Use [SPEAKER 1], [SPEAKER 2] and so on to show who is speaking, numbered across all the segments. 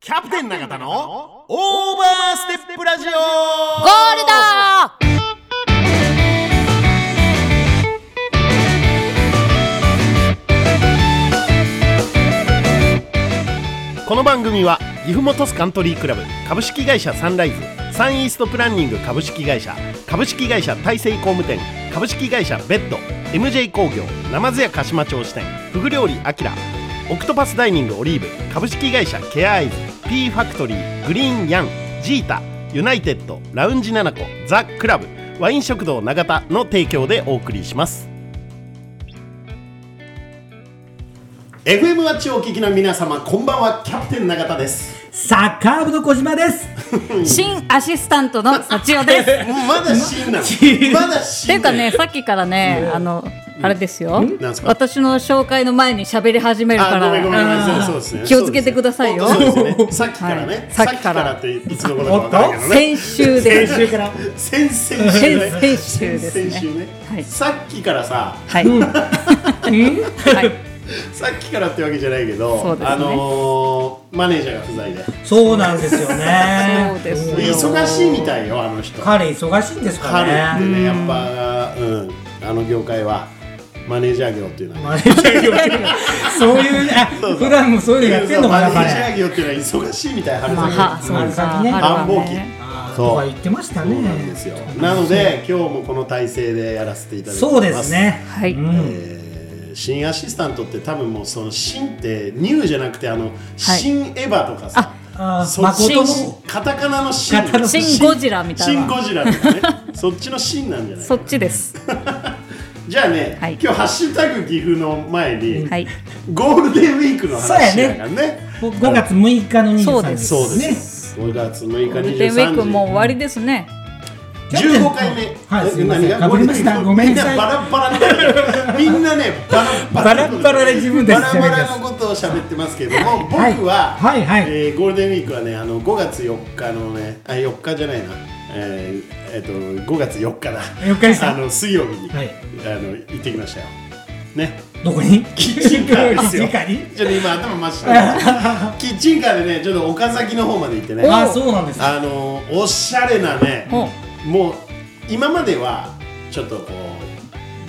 [SPEAKER 1] キャプテン永田のオーバーステップラジオゴー
[SPEAKER 2] ゴールド
[SPEAKER 1] この番組は岐阜本スカントリークラブ株式会社サンライズサンイーストプランニング株式会社株式会社大成工務店株式会社ベッド MJ 工業生津屋鹿島町支店フグ料理アキラオクトパスダイニングオリーブ株式会社ケアアイズ P ファクトリーグリーンヤンジータユナイテッドラウンジナナコザ・クラブワイン食堂永田の提供でお送りします FM ワッチをお聞きの皆様こんばんはキャプテン永田です
[SPEAKER 3] サッカー部の小島です。
[SPEAKER 2] 新アシスタントの幸代 です。っ
[SPEAKER 1] もうまだ死んなの
[SPEAKER 3] 違う
[SPEAKER 1] まだ死ん
[SPEAKER 2] ていうか
[SPEAKER 1] な
[SPEAKER 2] ね、さっきからね、あの、あれですよ
[SPEAKER 1] なんす。か
[SPEAKER 2] 私の紹介の前に喋り始めるか
[SPEAKER 1] あ、ごめんごめん
[SPEAKER 2] ら。
[SPEAKER 1] ごめんそうそうですね
[SPEAKER 2] 気をつけてくださいよ
[SPEAKER 1] そうですねそうですねさっきから
[SPEAKER 2] は
[SPEAKER 1] ね
[SPEAKER 2] い
[SPEAKER 1] さ
[SPEAKER 2] さ
[SPEAKER 1] っ
[SPEAKER 2] っ
[SPEAKER 1] きか
[SPEAKER 2] きからら
[SPEAKER 1] っていつのことかわからないけどね
[SPEAKER 2] 先週です。
[SPEAKER 3] 先週から。
[SPEAKER 1] 先々週ね
[SPEAKER 2] 先々週ですね
[SPEAKER 1] 先々週ね
[SPEAKER 2] はい
[SPEAKER 1] さっきからさ
[SPEAKER 2] はい。はい。
[SPEAKER 1] さっきからってわけじゃないけ
[SPEAKER 2] そ
[SPEAKER 1] ど
[SPEAKER 2] うですね
[SPEAKER 1] あのーマネージャーが不在で
[SPEAKER 3] そうなんですよね。
[SPEAKER 2] そうですよ
[SPEAKER 1] 忙しいみたいよあの人春っ
[SPEAKER 3] 彼忙しいんです
[SPEAKER 1] て
[SPEAKER 3] かね。
[SPEAKER 1] ねやっぱうんあの業界はマネージャー業っていうのは
[SPEAKER 3] マネージャー業っていうのはそういうね、あ
[SPEAKER 1] そう
[SPEAKER 3] 普段もそういうのやってんのかな
[SPEAKER 1] マネージャ
[SPEAKER 3] 彼。
[SPEAKER 1] ー業っていうのは忙しいみたい春
[SPEAKER 2] まあ、
[SPEAKER 1] 先
[SPEAKER 2] は、そうか。
[SPEAKER 3] ね
[SPEAKER 2] あ
[SPEAKER 1] 繁
[SPEAKER 2] るわ
[SPEAKER 1] 忙期
[SPEAKER 2] ね
[SPEAKER 3] あー
[SPEAKER 1] そう
[SPEAKER 3] とか言ってました
[SPEAKER 1] そうなんで
[SPEAKER 3] ね。
[SPEAKER 1] すよ。なので今日もこの体制でやらせていただいており
[SPEAKER 3] そう
[SPEAKER 1] ます。
[SPEAKER 3] です。ね。
[SPEAKER 2] はい。
[SPEAKER 1] えー新アシスタントって多分もうその新ってニューじゃなくてあの、新エヴァとかさ。
[SPEAKER 3] あー
[SPEAKER 1] そっち
[SPEAKER 3] 誠
[SPEAKER 1] の
[SPEAKER 3] の
[SPEAKER 1] カタカナの新
[SPEAKER 3] カタカナの
[SPEAKER 2] 新ゴジラみたい
[SPEAKER 1] 新
[SPEAKER 2] な。
[SPEAKER 1] ゴジラとかねそっちの新なんじゃない
[SPEAKER 2] そっちです。
[SPEAKER 1] じゃあね、
[SPEAKER 2] はい
[SPEAKER 1] 今日ハッシュタグ岐阜の前に、
[SPEAKER 2] はい。
[SPEAKER 1] ゴールデンウィークの話
[SPEAKER 3] そう
[SPEAKER 1] だ
[SPEAKER 3] やね
[SPEAKER 1] からね
[SPEAKER 3] 5月6日の
[SPEAKER 2] そう
[SPEAKER 3] 23
[SPEAKER 2] で
[SPEAKER 3] 日
[SPEAKER 2] す
[SPEAKER 1] そうで
[SPEAKER 3] ね。
[SPEAKER 1] す、5月6日
[SPEAKER 2] ゴールデンウィークもう
[SPEAKER 1] 23
[SPEAKER 2] 終わりですね。
[SPEAKER 1] 15回目
[SPEAKER 3] はい、
[SPEAKER 1] え
[SPEAKER 3] すみませ
[SPEAKER 1] 何
[SPEAKER 3] ん。
[SPEAKER 1] が
[SPEAKER 3] かぶりました。ごめんなさ
[SPEAKER 1] み
[SPEAKER 3] い
[SPEAKER 1] ん。なバラバラにみんなねバラバ
[SPEAKER 3] バ
[SPEAKER 1] ラ
[SPEAKER 3] ラバラで自分た
[SPEAKER 1] バ
[SPEAKER 3] ちで
[SPEAKER 1] ラ
[SPEAKER 3] 喋
[SPEAKER 1] バ
[SPEAKER 3] り出
[SPEAKER 1] ラ
[SPEAKER 3] す
[SPEAKER 1] のことを喋ってますけども、僕は、
[SPEAKER 3] はいはいはい
[SPEAKER 1] えーゴールデンウィークはね、あの5月4日のね、あ4日じゃないな、えーえっと5月4日だ、
[SPEAKER 3] 4日でし た
[SPEAKER 1] あの水曜日に、
[SPEAKER 3] はい
[SPEAKER 1] あの行ってきましたよ。ね、
[SPEAKER 3] どこに？
[SPEAKER 1] キッチンカー ですよ。
[SPEAKER 3] キッチンカーに
[SPEAKER 1] ちょっと今頭真っ白 い。キッチンカーでね、ちょっと岡崎の方まで行ってね、
[SPEAKER 3] あー、そうなんです。
[SPEAKER 1] あのおしゃれなね、
[SPEAKER 2] ほ
[SPEAKER 1] もう今まではちょっとこ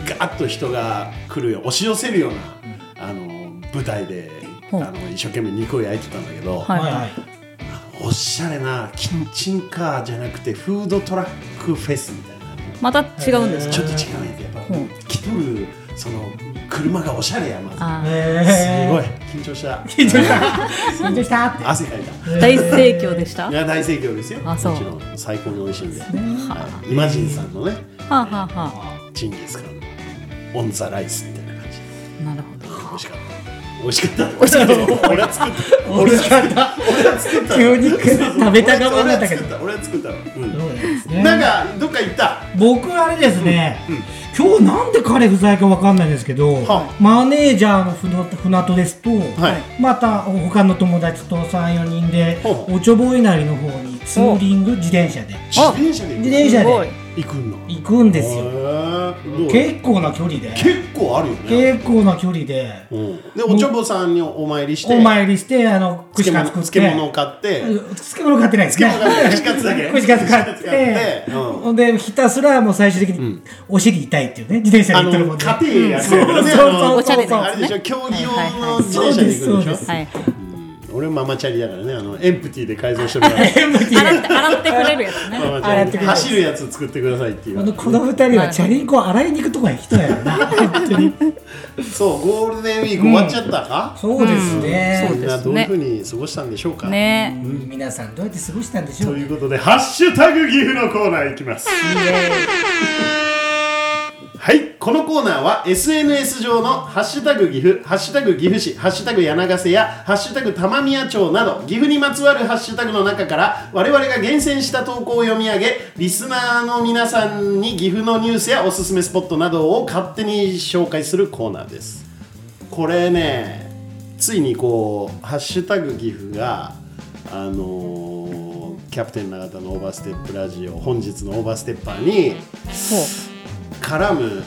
[SPEAKER 1] うガーッと人が来るよ押し寄せるようなあの舞台で、
[SPEAKER 2] ほう
[SPEAKER 1] あの一生懸命肉を焼いてたんだけど、
[SPEAKER 2] はい
[SPEAKER 3] はいはい。
[SPEAKER 1] おしゃれなキッチンカーじゃなくてフードトラックフェスみたいな、
[SPEAKER 2] また違うんですか。
[SPEAKER 1] ちょっと違うんやけどやっぱ、
[SPEAKER 2] うん
[SPEAKER 1] 来とるその車がおしゃれやまず
[SPEAKER 2] あー
[SPEAKER 3] え
[SPEAKER 1] す
[SPEAKER 3] ー
[SPEAKER 1] ごい緊張 した
[SPEAKER 3] 緊張した。緊張したって。
[SPEAKER 1] 汗かいた
[SPEAKER 2] 大盛況でした。
[SPEAKER 1] い
[SPEAKER 2] は
[SPEAKER 1] や大盛況ですよも
[SPEAKER 2] あそう
[SPEAKER 1] ちろん最高に美味しいんで、はいイマジンさんのね
[SPEAKER 2] あ、はあは
[SPEAKER 1] チンギスカンのオン・ザ・ライスみたいな感じ
[SPEAKER 2] あ、なるほど。
[SPEAKER 1] 美味しかった美味しかった美味しか った俺は作った
[SPEAKER 3] 美味しかった。
[SPEAKER 1] 俺は作った
[SPEAKER 3] 急に食べたがわなったけど。
[SPEAKER 1] 俺は作った俺は作ったの
[SPEAKER 3] そうです
[SPEAKER 1] うん
[SPEAKER 3] ね
[SPEAKER 1] なんかどっか行った
[SPEAKER 3] 僕あれですね、今日なんで彼不在かわかんないんですけど、
[SPEAKER 1] は
[SPEAKER 3] マネージャーの船船戸ですと、
[SPEAKER 1] はい
[SPEAKER 3] また他の友達と34人で
[SPEAKER 1] ほう
[SPEAKER 3] おちょぼいなりの方にツーリング自転車で
[SPEAKER 1] 自転車で
[SPEAKER 3] 自転
[SPEAKER 1] 行
[SPEAKER 3] 車
[SPEAKER 2] すごい
[SPEAKER 3] で
[SPEAKER 1] く行くんだ
[SPEAKER 3] 行くんですよ
[SPEAKER 1] よ結
[SPEAKER 3] 結構な距離で
[SPEAKER 1] 構あるよね
[SPEAKER 3] 結構な距離で
[SPEAKER 1] うんでおちょぼさんにお参りして
[SPEAKER 3] お参りしてあの串
[SPEAKER 1] 漬
[SPEAKER 3] カ
[SPEAKER 1] 物
[SPEAKER 3] ツ食って
[SPEAKER 1] 漬物を買って
[SPEAKER 3] 漬物買ってないですね
[SPEAKER 1] 漬物買 って串カツだけ
[SPEAKER 3] 串カツ買っ
[SPEAKER 1] 串カツ買っててうん
[SPEAKER 3] ほんでひたすらもう最終的にお尻痛いっていうね自転車
[SPEAKER 1] あ
[SPEAKER 3] で行
[SPEAKER 1] の
[SPEAKER 3] って
[SPEAKER 1] 家
[SPEAKER 3] るもんね
[SPEAKER 1] 庭やつだよね
[SPEAKER 3] そうそう
[SPEAKER 1] あの
[SPEAKER 2] おしゃれな
[SPEAKER 1] あ
[SPEAKER 2] やつ
[SPEAKER 1] れ
[SPEAKER 2] ね
[SPEAKER 1] でしょ競技用
[SPEAKER 2] はいはい
[SPEAKER 1] の
[SPEAKER 2] はい
[SPEAKER 1] 自転車で行くんでしょ
[SPEAKER 2] はいはい。
[SPEAKER 1] 俺ママチャリだからねあのエンプティーで改造してもらって
[SPEAKER 2] 洗って洗ってくれるやつね。
[SPEAKER 1] ママチ
[SPEAKER 3] あや
[SPEAKER 1] ャリ
[SPEAKER 3] ってくれる
[SPEAKER 1] 走るやつ作ってくださいってい
[SPEAKER 3] あの
[SPEAKER 1] う
[SPEAKER 3] この二人はチャリンコ洗いに行くとこが人やろな本当に
[SPEAKER 1] そうゴールデンウィーク終わっちゃったか、
[SPEAKER 3] そうですね
[SPEAKER 2] うん
[SPEAKER 1] みん
[SPEAKER 2] そ
[SPEAKER 1] な
[SPEAKER 2] うです
[SPEAKER 1] どういう
[SPEAKER 2] ね
[SPEAKER 1] ふうに過ごしたんでしょうか、
[SPEAKER 2] ね
[SPEAKER 3] 皆さんどうやって過ごしたんでしょ
[SPEAKER 1] と
[SPEAKER 3] う
[SPEAKER 1] いうことで「ハッシュタグ岐阜」のコーナーいきますはいこのコーナーは SNS 上の「ハッシュタグ岐阜」「ハッシュタグ岐阜市」「ハッシュタグ柳ヶ瀬」や「ハッシュタグ玉宮町」など岐阜にまつわるハッシュタグの中から我々が厳選した投稿を読み上げリスナーの皆さんに岐阜のニュースやおすすめスポットなどを勝手に紹介するコーナーですこれねついにこう「ハッシュタグ岐阜が」あのーキャプテン永田のオーバーステップラジオ本日のオーバーステッパーに絡む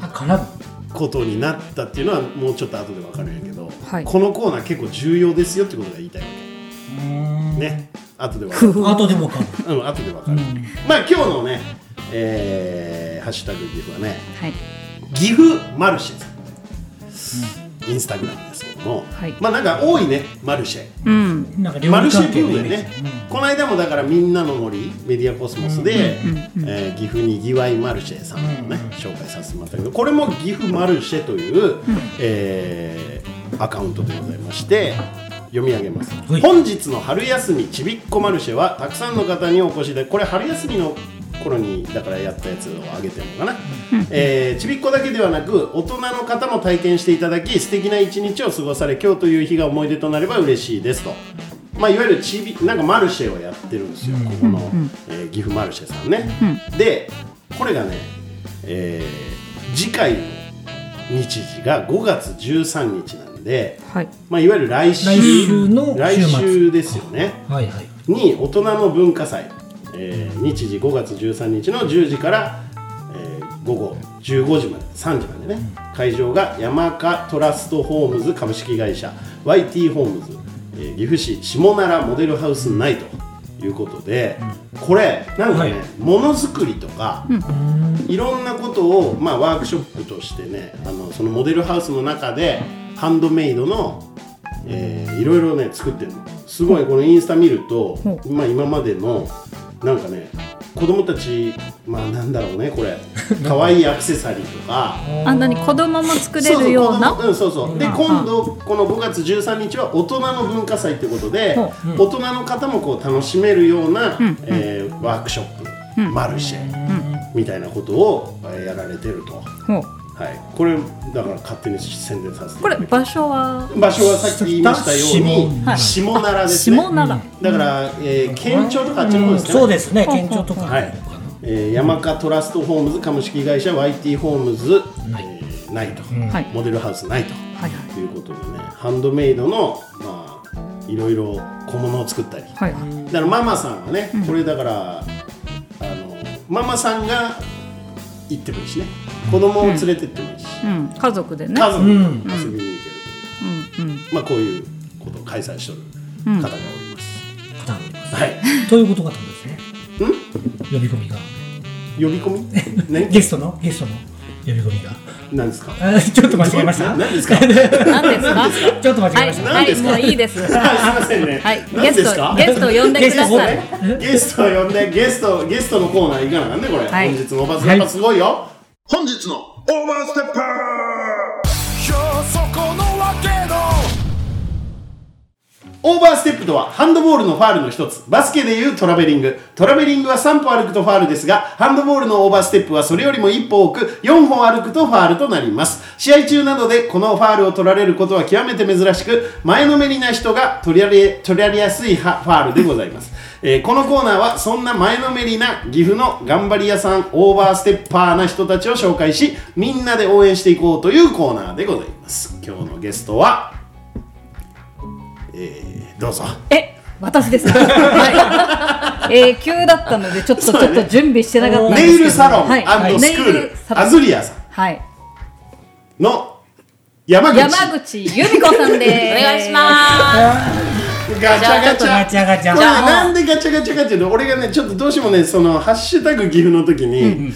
[SPEAKER 3] あから
[SPEAKER 1] ことになったっていうのはもうちょっと後で分かるんやけど、
[SPEAKER 2] はい
[SPEAKER 1] このコーナー結構重要ですよってことが言いたいわけ
[SPEAKER 3] うーん
[SPEAKER 1] ね後でわかる
[SPEAKER 2] 工夫
[SPEAKER 3] あとでもかも
[SPEAKER 1] うん後でわかる、まあ今日のねえーハッシュタグ岐阜はね
[SPEAKER 2] はい
[SPEAKER 1] 岐阜マルシェさん、インスタグラムですけども、
[SPEAKER 2] はい
[SPEAKER 1] まあなんか多いねマルシェ
[SPEAKER 2] うん
[SPEAKER 3] なんか料
[SPEAKER 1] マル
[SPEAKER 3] 理
[SPEAKER 1] シェ
[SPEAKER 3] 関
[SPEAKER 1] ブ
[SPEAKER 3] 係
[SPEAKER 1] ー
[SPEAKER 3] のイ
[SPEAKER 1] ム
[SPEAKER 3] メー
[SPEAKER 1] で
[SPEAKER 3] ジ
[SPEAKER 1] ね、この間もだからみんなの森メディアコスモスで、えー岐阜にぎわいマルシェさんをね、紹介させてもらったけどこれも岐阜マルシェという、えーアカウントでございまして読み上げます、
[SPEAKER 3] はい
[SPEAKER 1] 本日の春休みちびっこマルシェはたくさんの方にお越しでこれ春休みの頃にだからやったやつを上げてるのかな、えーちびっこだけではなく大人の方も体験していただき素敵な一日を過ごされ今日という日が思い出となれば嬉しいですと、まあ、いわゆるちびなんかマルシェをやってるんですよ、ここの、えー岐阜マルシェさんね、でこれがね、えー次回の日時が5月13日なんで、
[SPEAKER 2] はい
[SPEAKER 1] まあ、いわゆる来週
[SPEAKER 3] 来週の
[SPEAKER 1] 来
[SPEAKER 3] 週末
[SPEAKER 1] 週ですよね、
[SPEAKER 3] はいはい
[SPEAKER 1] に大人の文化祭、えー日時5月13日の10時から、えー午後15時まで3時までね、会場が山鹿トラストホームズ株式会社 YT ホームズ、えー岐阜市下奈良モデルハウス内ということで、これなんかね、
[SPEAKER 3] はい
[SPEAKER 1] ものづくりとか、いろんなことを、まあ、ワークショップとしてねあのそのモデルハウスの中でハンドメイドの、えーいろいろね作ってるのすごいこのインスタ見ると、まあ、今までのなんかね子供たちまあなんだろうね これ可愛いアクセサリーとか
[SPEAKER 2] あんなに子供も作れるような
[SPEAKER 1] そうそう子供うんそうそうで
[SPEAKER 2] うん
[SPEAKER 1] 今度この5月13日は大人の文化祭ということで、大人の方もこう楽しめるような、えーワークショップ、マルシェ、みたいなことをえーやられてると、
[SPEAKER 2] ほう
[SPEAKER 1] はい、これだから勝手に宣伝させてい
[SPEAKER 2] こ
[SPEAKER 1] ただ
[SPEAKER 2] れ
[SPEAKER 1] きます
[SPEAKER 2] 場所は
[SPEAKER 1] 場所はさっき言いましたように
[SPEAKER 2] はい
[SPEAKER 1] 下奈良ですね
[SPEAKER 2] 下奈
[SPEAKER 1] だから、えー県庁とかあっちの方ですね、
[SPEAKER 3] そうですね県庁とか
[SPEAKER 1] はい、えー、山鹿トラストホームズ株式会社 YT ホームズ、えー、ないと、
[SPEAKER 2] はい
[SPEAKER 1] モデルハウスないと、
[SPEAKER 2] はい
[SPEAKER 1] ということでねハンドメイドのまあいろいろ小物を作ったり、
[SPEAKER 2] はいはい
[SPEAKER 1] だからママさんはね、これだからあのママさんが行ってもいいしね子供を連れてってもいいし、
[SPEAKER 2] うん家族でね
[SPEAKER 1] 家族
[SPEAKER 3] う
[SPEAKER 1] で遊び
[SPEAKER 3] ん
[SPEAKER 1] に行けるという、
[SPEAKER 2] うんうん
[SPEAKER 1] まあこういうことを開催しとる方がおります、
[SPEAKER 3] 方なんです
[SPEAKER 1] はい
[SPEAKER 3] ということがってことですね呼び込みが
[SPEAKER 1] 呼び込 みね
[SPEAKER 3] ゲストのゲストの呼び込みが
[SPEAKER 1] 何ですか
[SPEAKER 3] あちょっと間違えました
[SPEAKER 1] な何です か
[SPEAKER 2] 何 ですか
[SPEAKER 3] ちょっと間違えました
[SPEAKER 2] は
[SPEAKER 1] 何で
[SPEAKER 2] い
[SPEAKER 1] すか
[SPEAKER 2] もういいですは
[SPEAKER 1] あすいませんね。
[SPEAKER 2] い
[SPEAKER 1] 何で
[SPEAKER 2] ゲス
[SPEAKER 1] すか
[SPEAKER 2] トゲストを呼んでくだ
[SPEAKER 3] ゲスト
[SPEAKER 2] さい
[SPEAKER 1] ゲストを呼んで、ゲスト、ゲストのコーナーいかなあかんね、これ。
[SPEAKER 2] はい
[SPEAKER 1] 本日のおばずやっぱすごいよ。本日の
[SPEAKER 4] オーバーステッパーそこのわけの
[SPEAKER 1] オーバーステップとはハンドボールのファールの一つバスケでいうトラベリングトラベリングは3歩歩くとファールですがハンドボールのオーバーステップはそれよりも1歩多く4歩歩くとファールとなります試合中などでこのファールを取られることは極めて珍しく前のめりな人が取り上げ取り上げやすいはファールでございます、えーこのコーナーはそんな前のめりな岐阜の頑張り屋さんオーバーステッパーな人たちを紹介しみんなで応援していこうというコーナーでございます今日のゲストはえーどうぞ
[SPEAKER 2] え私ですか、はい、えー、急だったのでちょっと、ちょっと準備してなかったんですけ
[SPEAKER 1] ネイ
[SPEAKER 2] ど
[SPEAKER 1] ルサロン
[SPEAKER 2] はい
[SPEAKER 1] スクー
[SPEAKER 2] ネ
[SPEAKER 1] ル
[SPEAKER 2] イルサロン
[SPEAKER 1] アズリアさ
[SPEAKER 2] はい
[SPEAKER 1] んの山口
[SPEAKER 2] 山口由美子さんで
[SPEAKER 5] お
[SPEAKER 2] す
[SPEAKER 5] 願いしま
[SPEAKER 1] ガチャガチ
[SPEAKER 3] ガチ
[SPEAKER 1] ャ
[SPEAKER 3] ャガチャ
[SPEAKER 1] これねなんでガチャガチャガチャって俺がねちょっとどうしてもねその「ハッシュタグ岐阜」の時に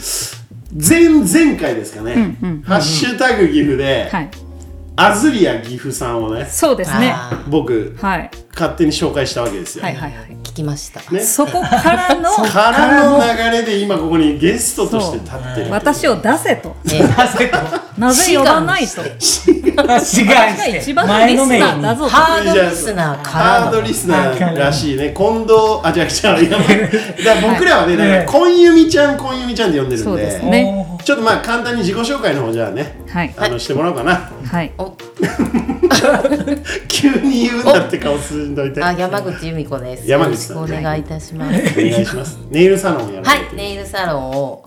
[SPEAKER 1] 前々回ですかね「ハッシュタグ岐阜」で
[SPEAKER 2] はい
[SPEAKER 1] アズリア岐阜さんをね
[SPEAKER 2] そうです
[SPEAKER 5] す。
[SPEAKER 2] ね
[SPEAKER 5] あ
[SPEAKER 1] 僕
[SPEAKER 2] はい
[SPEAKER 1] 勝手に紹介したわけですよ
[SPEAKER 2] はいはいはい
[SPEAKER 5] ー聞きました。
[SPEAKER 1] ね
[SPEAKER 2] そこからの
[SPEAKER 1] からの流れで今ここにゲストとして立ってる
[SPEAKER 2] 私を出せと
[SPEAKER 5] ね
[SPEAKER 2] なぜ呼ばないと
[SPEAKER 3] 私が
[SPEAKER 2] 私が一番のリスナーだぞと
[SPEAKER 5] ハードリスナーから
[SPEAKER 1] ハー
[SPEAKER 5] の
[SPEAKER 1] ドリスナーらしいね近藤あ違う違ういやまあだから僕らはねだから今由美ちゃん今由美ちゃんで呼んでるんで
[SPEAKER 2] そうですね
[SPEAKER 3] ね
[SPEAKER 1] ちょっとまあ簡単に自己紹介の方じゃあね、
[SPEAKER 2] はい
[SPEAKER 1] あのしてもらおうかな
[SPEAKER 2] はい
[SPEAKER 1] 急に言うんだって顔すんどいて
[SPEAKER 5] あ山口由美子です。
[SPEAKER 1] 山口さん
[SPEAKER 5] よろしくお願いいたします。
[SPEAKER 1] お願いしますネイルサロンをやら
[SPEAKER 5] は
[SPEAKER 1] れて
[SPEAKER 5] い、
[SPEAKER 1] る
[SPEAKER 5] ネイルサロンを、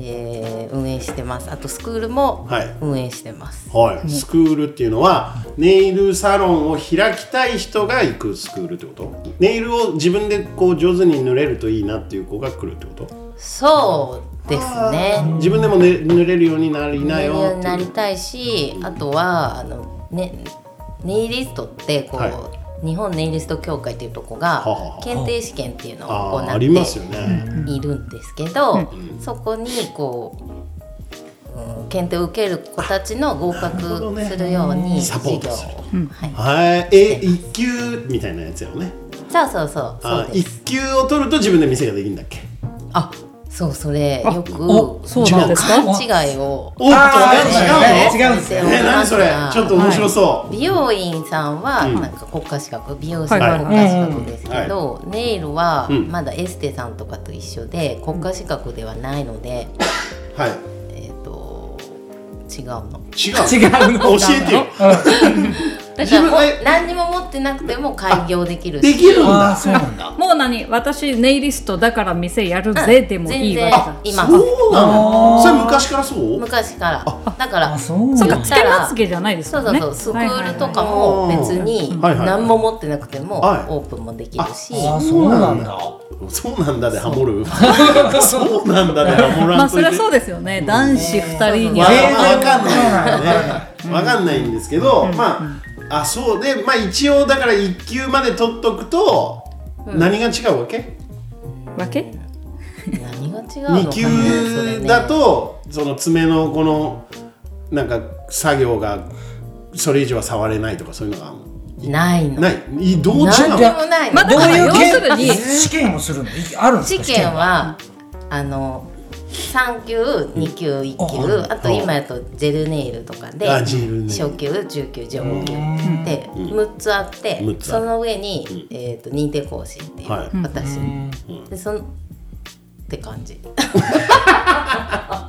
[SPEAKER 5] えー、運営してます。あとスクールも
[SPEAKER 1] はい
[SPEAKER 5] 運営してます。
[SPEAKER 1] はい、スクールっていうのはネイルサロンを開きたい人が行くスクールってことネイルを自分でこう上手に塗れるといいなっていう子が来るってこと
[SPEAKER 5] そうですね。
[SPEAKER 1] 自分でも、ね、塗れるようになりな
[SPEAKER 5] ネイ
[SPEAKER 1] よ
[SPEAKER 5] ル
[SPEAKER 1] っ
[SPEAKER 5] に
[SPEAKER 1] てい
[SPEAKER 5] な
[SPEAKER 1] う
[SPEAKER 5] りたいし、あとはあのねネイリストってこう、
[SPEAKER 1] は
[SPEAKER 5] 日本ネイリスト協会というとこ
[SPEAKER 1] はは
[SPEAKER 5] が
[SPEAKER 1] は
[SPEAKER 5] 検定試験っていうのを
[SPEAKER 1] あ
[SPEAKER 5] 行っ
[SPEAKER 1] ー
[SPEAKER 5] て
[SPEAKER 1] ありますよね、
[SPEAKER 5] いるんですけど、そこにこう、うん検定を受ける子たちの合
[SPEAKER 1] なるほど
[SPEAKER 5] 格
[SPEAKER 1] ね
[SPEAKER 5] するように
[SPEAKER 1] サポート
[SPEAKER 5] を
[SPEAKER 1] する
[SPEAKER 5] はい、
[SPEAKER 1] はいえ一級みたいなやつやろね
[SPEAKER 5] そうそうそう
[SPEAKER 1] あ
[SPEAKER 5] そうで
[SPEAKER 1] 一
[SPEAKER 5] す
[SPEAKER 1] 級を取ると自分で店ができるんだっけ
[SPEAKER 5] あそうそれ
[SPEAKER 2] あ
[SPEAKER 5] よく
[SPEAKER 2] おそうなんですか
[SPEAKER 5] 勘違いを
[SPEAKER 1] おっと
[SPEAKER 3] あー
[SPEAKER 1] 違うの
[SPEAKER 3] 違うんですね
[SPEAKER 5] されてお
[SPEAKER 1] え
[SPEAKER 5] りま
[SPEAKER 1] 何
[SPEAKER 5] す
[SPEAKER 1] そ
[SPEAKER 5] が
[SPEAKER 1] れちょっと面白そう、
[SPEAKER 5] 美容院さんは
[SPEAKER 1] うん
[SPEAKER 5] なんか国家資格、美容師
[SPEAKER 2] はい
[SPEAKER 5] は
[SPEAKER 2] はい
[SPEAKER 5] 国家資格ですけど、ネイルは
[SPEAKER 1] うん
[SPEAKER 5] まだエステさんとかと一緒で国家資格ではないので、
[SPEAKER 1] はい
[SPEAKER 5] えっ、と違うの
[SPEAKER 1] 違う
[SPEAKER 3] 違う
[SPEAKER 1] 教
[SPEAKER 3] の
[SPEAKER 1] えてよ
[SPEAKER 5] だからもう
[SPEAKER 1] 自分で
[SPEAKER 5] 何にも持ってなくても開業できるし
[SPEAKER 1] できるん
[SPEAKER 3] ああ
[SPEAKER 1] だ
[SPEAKER 3] そうなんだ
[SPEAKER 2] もう何私ネイリストだから店やるぜでもいいわけだ
[SPEAKER 5] 全然います
[SPEAKER 1] そうなの
[SPEAKER 3] あー
[SPEAKER 1] それ昔からそう
[SPEAKER 5] 昔からだから
[SPEAKER 3] あそうな
[SPEAKER 2] そ
[SPEAKER 3] ん
[SPEAKER 2] っ
[SPEAKER 3] だ
[SPEAKER 2] かつけまつげじゃないです
[SPEAKER 5] そ
[SPEAKER 2] も
[SPEAKER 5] うん
[SPEAKER 2] ね
[SPEAKER 5] そうそう、スクールとか
[SPEAKER 2] はいはいはい
[SPEAKER 5] も別に
[SPEAKER 1] はいはいはい
[SPEAKER 5] 何も持ってなくても
[SPEAKER 1] はい
[SPEAKER 5] オープンもできるし、
[SPEAKER 3] あそうなんだ
[SPEAKER 1] そうなんだでハモる そうなんだでハモらんといて
[SPEAKER 2] まあそりゃそうですよね男子二人に
[SPEAKER 1] わ
[SPEAKER 2] は
[SPEAKER 3] えー
[SPEAKER 1] わかんないね。わかんないんですけど、まあ、あ、そうで、まあ一応だから一級まで取っとくと、何が違うわけ
[SPEAKER 2] わけ
[SPEAKER 5] 何が違うの
[SPEAKER 1] 二
[SPEAKER 5] かねそれ
[SPEAKER 1] 級
[SPEAKER 5] ね
[SPEAKER 1] だと、その爪のこの、なんか作業が、それ以上は触れないとかそういうのがあんの
[SPEAKER 5] ないの
[SPEAKER 1] ない。いどう違う
[SPEAKER 5] 何
[SPEAKER 1] の
[SPEAKER 5] にもないの、
[SPEAKER 2] まあ
[SPEAKER 3] どうい
[SPEAKER 2] 要
[SPEAKER 3] う
[SPEAKER 2] するに
[SPEAKER 3] けん試験をするのいあるんです
[SPEAKER 5] 試
[SPEAKER 3] か
[SPEAKER 5] 験はあの3級2級1級、
[SPEAKER 3] う
[SPEAKER 5] あと今やとジェルネイルとかで
[SPEAKER 1] あジェルネイル
[SPEAKER 5] 初級中級上級
[SPEAKER 3] ん
[SPEAKER 5] で6つあって
[SPEAKER 1] 6つあ
[SPEAKER 5] そ
[SPEAKER 1] る
[SPEAKER 5] の上に、えー、と認定講師っていう、
[SPEAKER 1] はい
[SPEAKER 5] 私
[SPEAKER 3] ん
[SPEAKER 5] でそのって感じ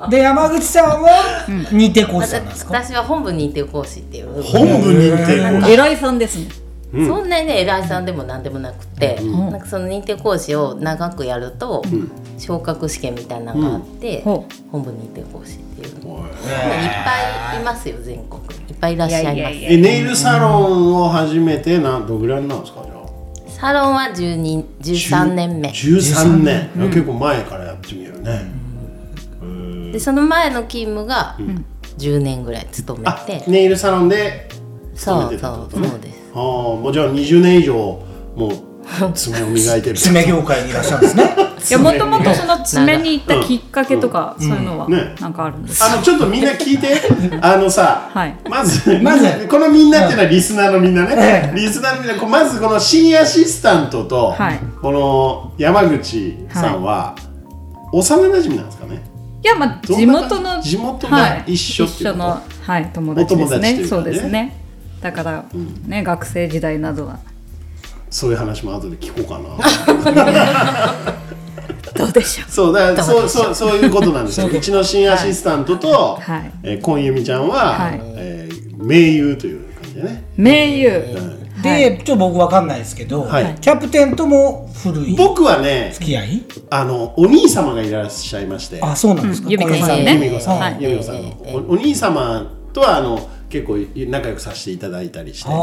[SPEAKER 3] で山口さんは認定講師さんなんですか
[SPEAKER 5] 私は本部認定講師っていう
[SPEAKER 1] 本部認定講師。
[SPEAKER 2] 偉いさんですね
[SPEAKER 5] そんなにね偉いさんでも何でもなくて、なんかその認定講師を長くやると、昇格試験みたいなのがあって、
[SPEAKER 2] うんほ
[SPEAKER 5] 本部認定講師っていうのがいっ
[SPEAKER 3] え
[SPEAKER 5] ぱいいますよ全国いっぱいいらっしゃいます
[SPEAKER 2] いやいやいや
[SPEAKER 1] え、ネイルサロンを始めて、なん、どぐらいなんですか、じゃあ。
[SPEAKER 5] サロンは12 13年目
[SPEAKER 1] 13年。結構前からやってみるね。
[SPEAKER 5] でその前の勤務が10年ぐらい勤め
[SPEAKER 1] あ
[SPEAKER 5] て、、
[SPEAKER 1] ネイルサロンで勤
[SPEAKER 5] そ
[SPEAKER 1] めて
[SPEAKER 5] う
[SPEAKER 1] たってこと
[SPEAKER 5] そう
[SPEAKER 1] ね
[SPEAKER 5] そうです
[SPEAKER 1] ああもうじゃあ20年以上もう爪を磨いてる
[SPEAKER 3] 爪業界にいらっしゃるんですね
[SPEAKER 2] いやもともとその爪に行ったきっかけとかそういうのは
[SPEAKER 1] うんね
[SPEAKER 2] なんかあるんですか
[SPEAKER 1] あのちょっとみんな聞い てあのさ、
[SPEAKER 2] はい
[SPEAKER 1] まず
[SPEAKER 3] まず
[SPEAKER 1] このみんなっていうのはリスナーのみんなね
[SPEAKER 3] ええ
[SPEAKER 1] リスナーのみんなこうまずこの新アシスタントと、
[SPEAKER 2] はい
[SPEAKER 1] この山口さんは、幼馴染なんですかね
[SPEAKER 2] いやまあ
[SPEAKER 1] どん
[SPEAKER 2] 地
[SPEAKER 1] な感
[SPEAKER 2] 元の
[SPEAKER 1] 地元が
[SPEAKER 2] はい
[SPEAKER 1] 一緒って
[SPEAKER 2] 一
[SPEAKER 1] いうこ
[SPEAKER 2] 緒
[SPEAKER 1] と
[SPEAKER 2] のはい友達で
[SPEAKER 1] お友
[SPEAKER 2] す
[SPEAKER 1] 達と
[SPEAKER 2] ね
[SPEAKER 1] いうか
[SPEAKER 2] そ
[SPEAKER 1] ね
[SPEAKER 2] うですねだからね学生時代などは
[SPEAKER 1] そういう話も後で聞こうかな
[SPEAKER 2] どうでしょ
[SPEAKER 1] そうだからそうそうそういうことなんですようちの新アシスタントと、
[SPEAKER 2] うはい
[SPEAKER 1] えー、今由美ちゃんは、
[SPEAKER 2] はい
[SPEAKER 1] えー盟友という感じでね
[SPEAKER 2] 名優
[SPEAKER 3] でちょっと僕わかんないですけど
[SPEAKER 1] はい
[SPEAKER 3] キャプテンとも古い付
[SPEAKER 1] 僕はね
[SPEAKER 3] き合い
[SPEAKER 1] あのお兄様がいらっしゃいまして
[SPEAKER 3] あそうなんですか
[SPEAKER 2] うん由美子さん
[SPEAKER 3] 小
[SPEAKER 2] ね
[SPEAKER 3] 林
[SPEAKER 1] 由美子さん、
[SPEAKER 2] はい
[SPEAKER 1] 由美子さんのおお兄様とはあの結構仲良くさせていただいたりして
[SPEAKER 3] あ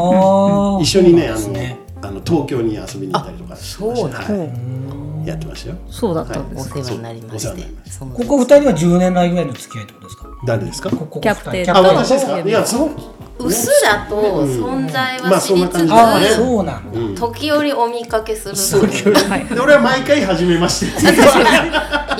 [SPEAKER 3] あ
[SPEAKER 1] 一緒にねあ
[SPEAKER 3] そう
[SPEAKER 1] の
[SPEAKER 3] なんですね
[SPEAKER 1] あの東京に遊びに行ったりとかしてまし
[SPEAKER 5] そう
[SPEAKER 1] た
[SPEAKER 5] な
[SPEAKER 1] はい、やってましたよ
[SPEAKER 2] そうだったんで
[SPEAKER 5] お
[SPEAKER 2] す
[SPEAKER 5] 世話になりま
[SPEAKER 1] そう
[SPEAKER 5] し
[SPEAKER 1] お世話になりま
[SPEAKER 5] てその
[SPEAKER 3] ここ二人は10年来ぐらいの付き合いってことですか
[SPEAKER 1] 誰ですか
[SPEAKER 3] ここ
[SPEAKER 2] キャプテン
[SPEAKER 3] キ
[SPEAKER 1] あ
[SPEAKER 3] ャプ
[SPEAKER 1] 私ですかいやそう
[SPEAKER 5] うっすらと存在は知りつつ、
[SPEAKER 1] うんま
[SPEAKER 3] あ
[SPEAKER 1] あ
[SPEAKER 3] あ
[SPEAKER 1] ね
[SPEAKER 3] そうなんだ
[SPEAKER 5] 時折お見かけするので
[SPEAKER 2] はい
[SPEAKER 1] で俺は毎回初めまして
[SPEAKER 5] い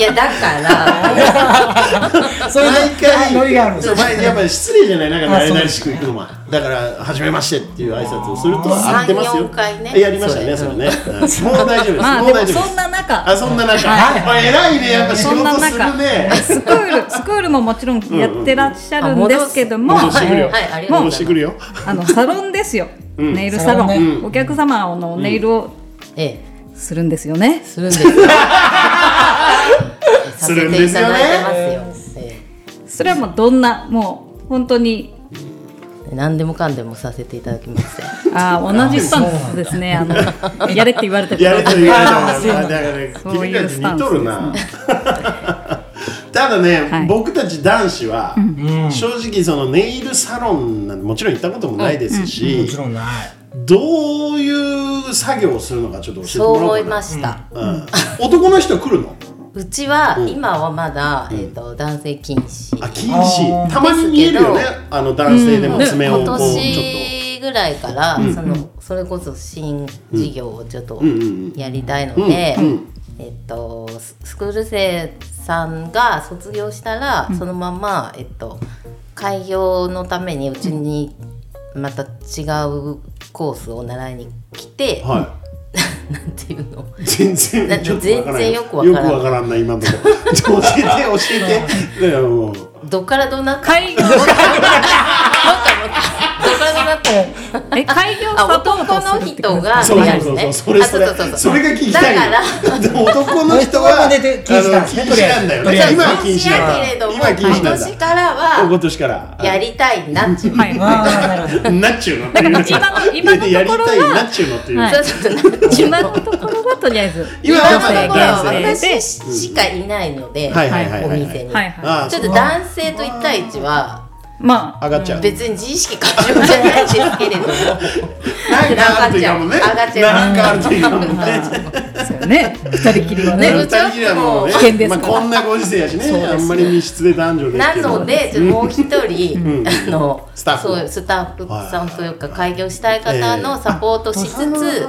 [SPEAKER 5] やだから
[SPEAKER 3] そう
[SPEAKER 1] 毎
[SPEAKER 3] いう
[SPEAKER 1] 回
[SPEAKER 3] ノリがあるんです
[SPEAKER 1] そう
[SPEAKER 3] ね
[SPEAKER 1] 前やっぱり失礼じゃないなんか
[SPEAKER 3] あ
[SPEAKER 1] 慣れ慣れしく行くのはだから初めましてっていう挨拶をすると合ってますよ
[SPEAKER 5] 3-4回ね
[SPEAKER 1] やりましたねそ
[SPEAKER 5] それ
[SPEAKER 1] れねうんもう大丈夫です
[SPEAKER 2] まあ
[SPEAKER 1] もう
[SPEAKER 2] で
[SPEAKER 1] 大
[SPEAKER 2] も
[SPEAKER 1] 丈夫で
[SPEAKER 2] そん
[SPEAKER 1] す
[SPEAKER 2] な中
[SPEAKER 1] あそんな中あ偉いねやっぱ仕
[SPEAKER 2] そんな
[SPEAKER 1] 事す
[SPEAKER 2] 中
[SPEAKER 1] るね
[SPEAKER 2] スク ールスクールももちろんやってらっしゃるんですけども
[SPEAKER 1] 戻してくるよ
[SPEAKER 5] はいはいありがとう
[SPEAKER 1] 戻し
[SPEAKER 5] ございます
[SPEAKER 1] てくる よ
[SPEAKER 2] あのサロンですよネイルサロ
[SPEAKER 3] サロ
[SPEAKER 2] ンお客様のネイルを
[SPEAKER 5] え
[SPEAKER 2] するんですよね
[SPEAKER 5] えするん ですよ
[SPEAKER 1] するんですよね
[SPEAKER 5] させていただいてますよ、え
[SPEAKER 2] それはもうどんなもう本当に
[SPEAKER 5] え何でもかんでもさせていただきます
[SPEAKER 2] あー同じスタンスですね あのやれって言われて
[SPEAKER 1] やれと言われた
[SPEAKER 3] あそうなん
[SPEAKER 1] だ
[SPEAKER 3] だ
[SPEAKER 1] から君たち似とるな
[SPEAKER 2] そういう
[SPEAKER 1] ただね、
[SPEAKER 2] はい
[SPEAKER 1] 僕たち男子は、正直そのネイルサロンなんてもちろん行ったこともないですし、
[SPEAKER 3] もちろんない
[SPEAKER 1] どういう作業をするのかちょっと教えて
[SPEAKER 5] そ
[SPEAKER 1] も
[SPEAKER 5] う
[SPEAKER 1] らおう
[SPEAKER 5] 思い
[SPEAKER 1] かな
[SPEAKER 5] ました、
[SPEAKER 1] うん、男の人来るの
[SPEAKER 5] うちは今はまだ、えっと男性禁止
[SPEAKER 1] あ禁止たまに見えるよねあの男性でも
[SPEAKER 2] うん
[SPEAKER 1] 爪を
[SPEAKER 5] 今
[SPEAKER 1] こうちょっと、
[SPEAKER 5] 年ぐらいから、そのそれこそ新事業をちょっと
[SPEAKER 1] うんうん
[SPEAKER 5] やりたいので、
[SPEAKER 1] うんうん
[SPEAKER 5] えっと、ススクール生さんが卒業したら、そのまま、えっと、開業のためにうちにまた違うコースを習いに来て、
[SPEAKER 1] は
[SPEAKER 5] なんていうの
[SPEAKER 1] い全然
[SPEAKER 5] な
[SPEAKER 1] ちょっとわからん
[SPEAKER 5] 全然よくわからん
[SPEAKER 1] よくわからんな今のとこ教えて教えてだからもう
[SPEAKER 5] どっからどんなか
[SPEAKER 2] 開業
[SPEAKER 5] どっからどんなって
[SPEAKER 2] え開業
[SPEAKER 5] あ
[SPEAKER 2] サポー
[SPEAKER 5] 男
[SPEAKER 2] トす
[SPEAKER 5] の
[SPEAKER 2] るってこと
[SPEAKER 5] 人が
[SPEAKER 1] そう
[SPEAKER 5] やる
[SPEAKER 1] そう
[SPEAKER 5] ね
[SPEAKER 1] そう
[SPEAKER 5] あ
[SPEAKER 1] それそれそれが聞きたい
[SPEAKER 5] だから
[SPEAKER 1] ら男の人はあ
[SPEAKER 3] 男の
[SPEAKER 1] の
[SPEAKER 3] 人は禁止なんですね
[SPEAKER 1] 禁止なんだよ
[SPEAKER 3] とりあ
[SPEAKER 1] ね
[SPEAKER 3] えず
[SPEAKER 1] 今は禁止
[SPEAKER 5] 今
[SPEAKER 1] な
[SPEAKER 5] やけ
[SPEAKER 1] ん
[SPEAKER 5] れ
[SPEAKER 1] だ
[SPEAKER 5] ども
[SPEAKER 1] 今禁止なん
[SPEAKER 5] 今
[SPEAKER 1] だ
[SPEAKER 5] 年から
[SPEAKER 1] 今
[SPEAKER 5] は
[SPEAKER 1] 年から
[SPEAKER 5] やりたいなっちゅう
[SPEAKER 2] はい
[SPEAKER 3] ああ、なるほど。
[SPEAKER 1] なっちゅうのっていう
[SPEAKER 2] だから今の今のとこ
[SPEAKER 1] やり
[SPEAKER 2] ろは
[SPEAKER 1] たいなっちゅうのっていう、
[SPEAKER 2] はい
[SPEAKER 5] そうそうそうなっちゅう
[SPEAKER 2] 今のところはとりあえず
[SPEAKER 1] 今はまだ
[SPEAKER 5] は
[SPEAKER 1] 男性
[SPEAKER 2] で
[SPEAKER 5] 私しかいないので、
[SPEAKER 1] はいはいはい
[SPEAKER 5] お
[SPEAKER 1] はい
[SPEAKER 5] 店に、
[SPEAKER 2] はいは
[SPEAKER 1] ああ
[SPEAKER 5] ちょっと男性と1対1は
[SPEAKER 2] まあ
[SPEAKER 1] 上がっちゃう、
[SPEAKER 5] 別に自意識過剰じゃないですけれども
[SPEAKER 1] なんかあるといいかもね
[SPEAKER 5] 上がっちゃ
[SPEAKER 1] な
[SPEAKER 5] う
[SPEAKER 1] んかあるといいかもね
[SPEAKER 2] そうよね二人きりはね
[SPEAKER 5] うん
[SPEAKER 1] 二人きりはもうね
[SPEAKER 2] 危険です
[SPEAKER 1] ま
[SPEAKER 2] か
[SPEAKER 1] あ、
[SPEAKER 2] ら
[SPEAKER 1] こんなご時世やしね
[SPEAKER 2] そうです
[SPEAKER 1] あんまり密室で男女でっ
[SPEAKER 5] な
[SPEAKER 1] ていうは
[SPEAKER 5] のでちょっともう一 人、
[SPEAKER 1] ん
[SPEAKER 5] あの
[SPEAKER 1] スタッフ
[SPEAKER 5] そうスタッフさんというか開業したい方のサポートしつつ、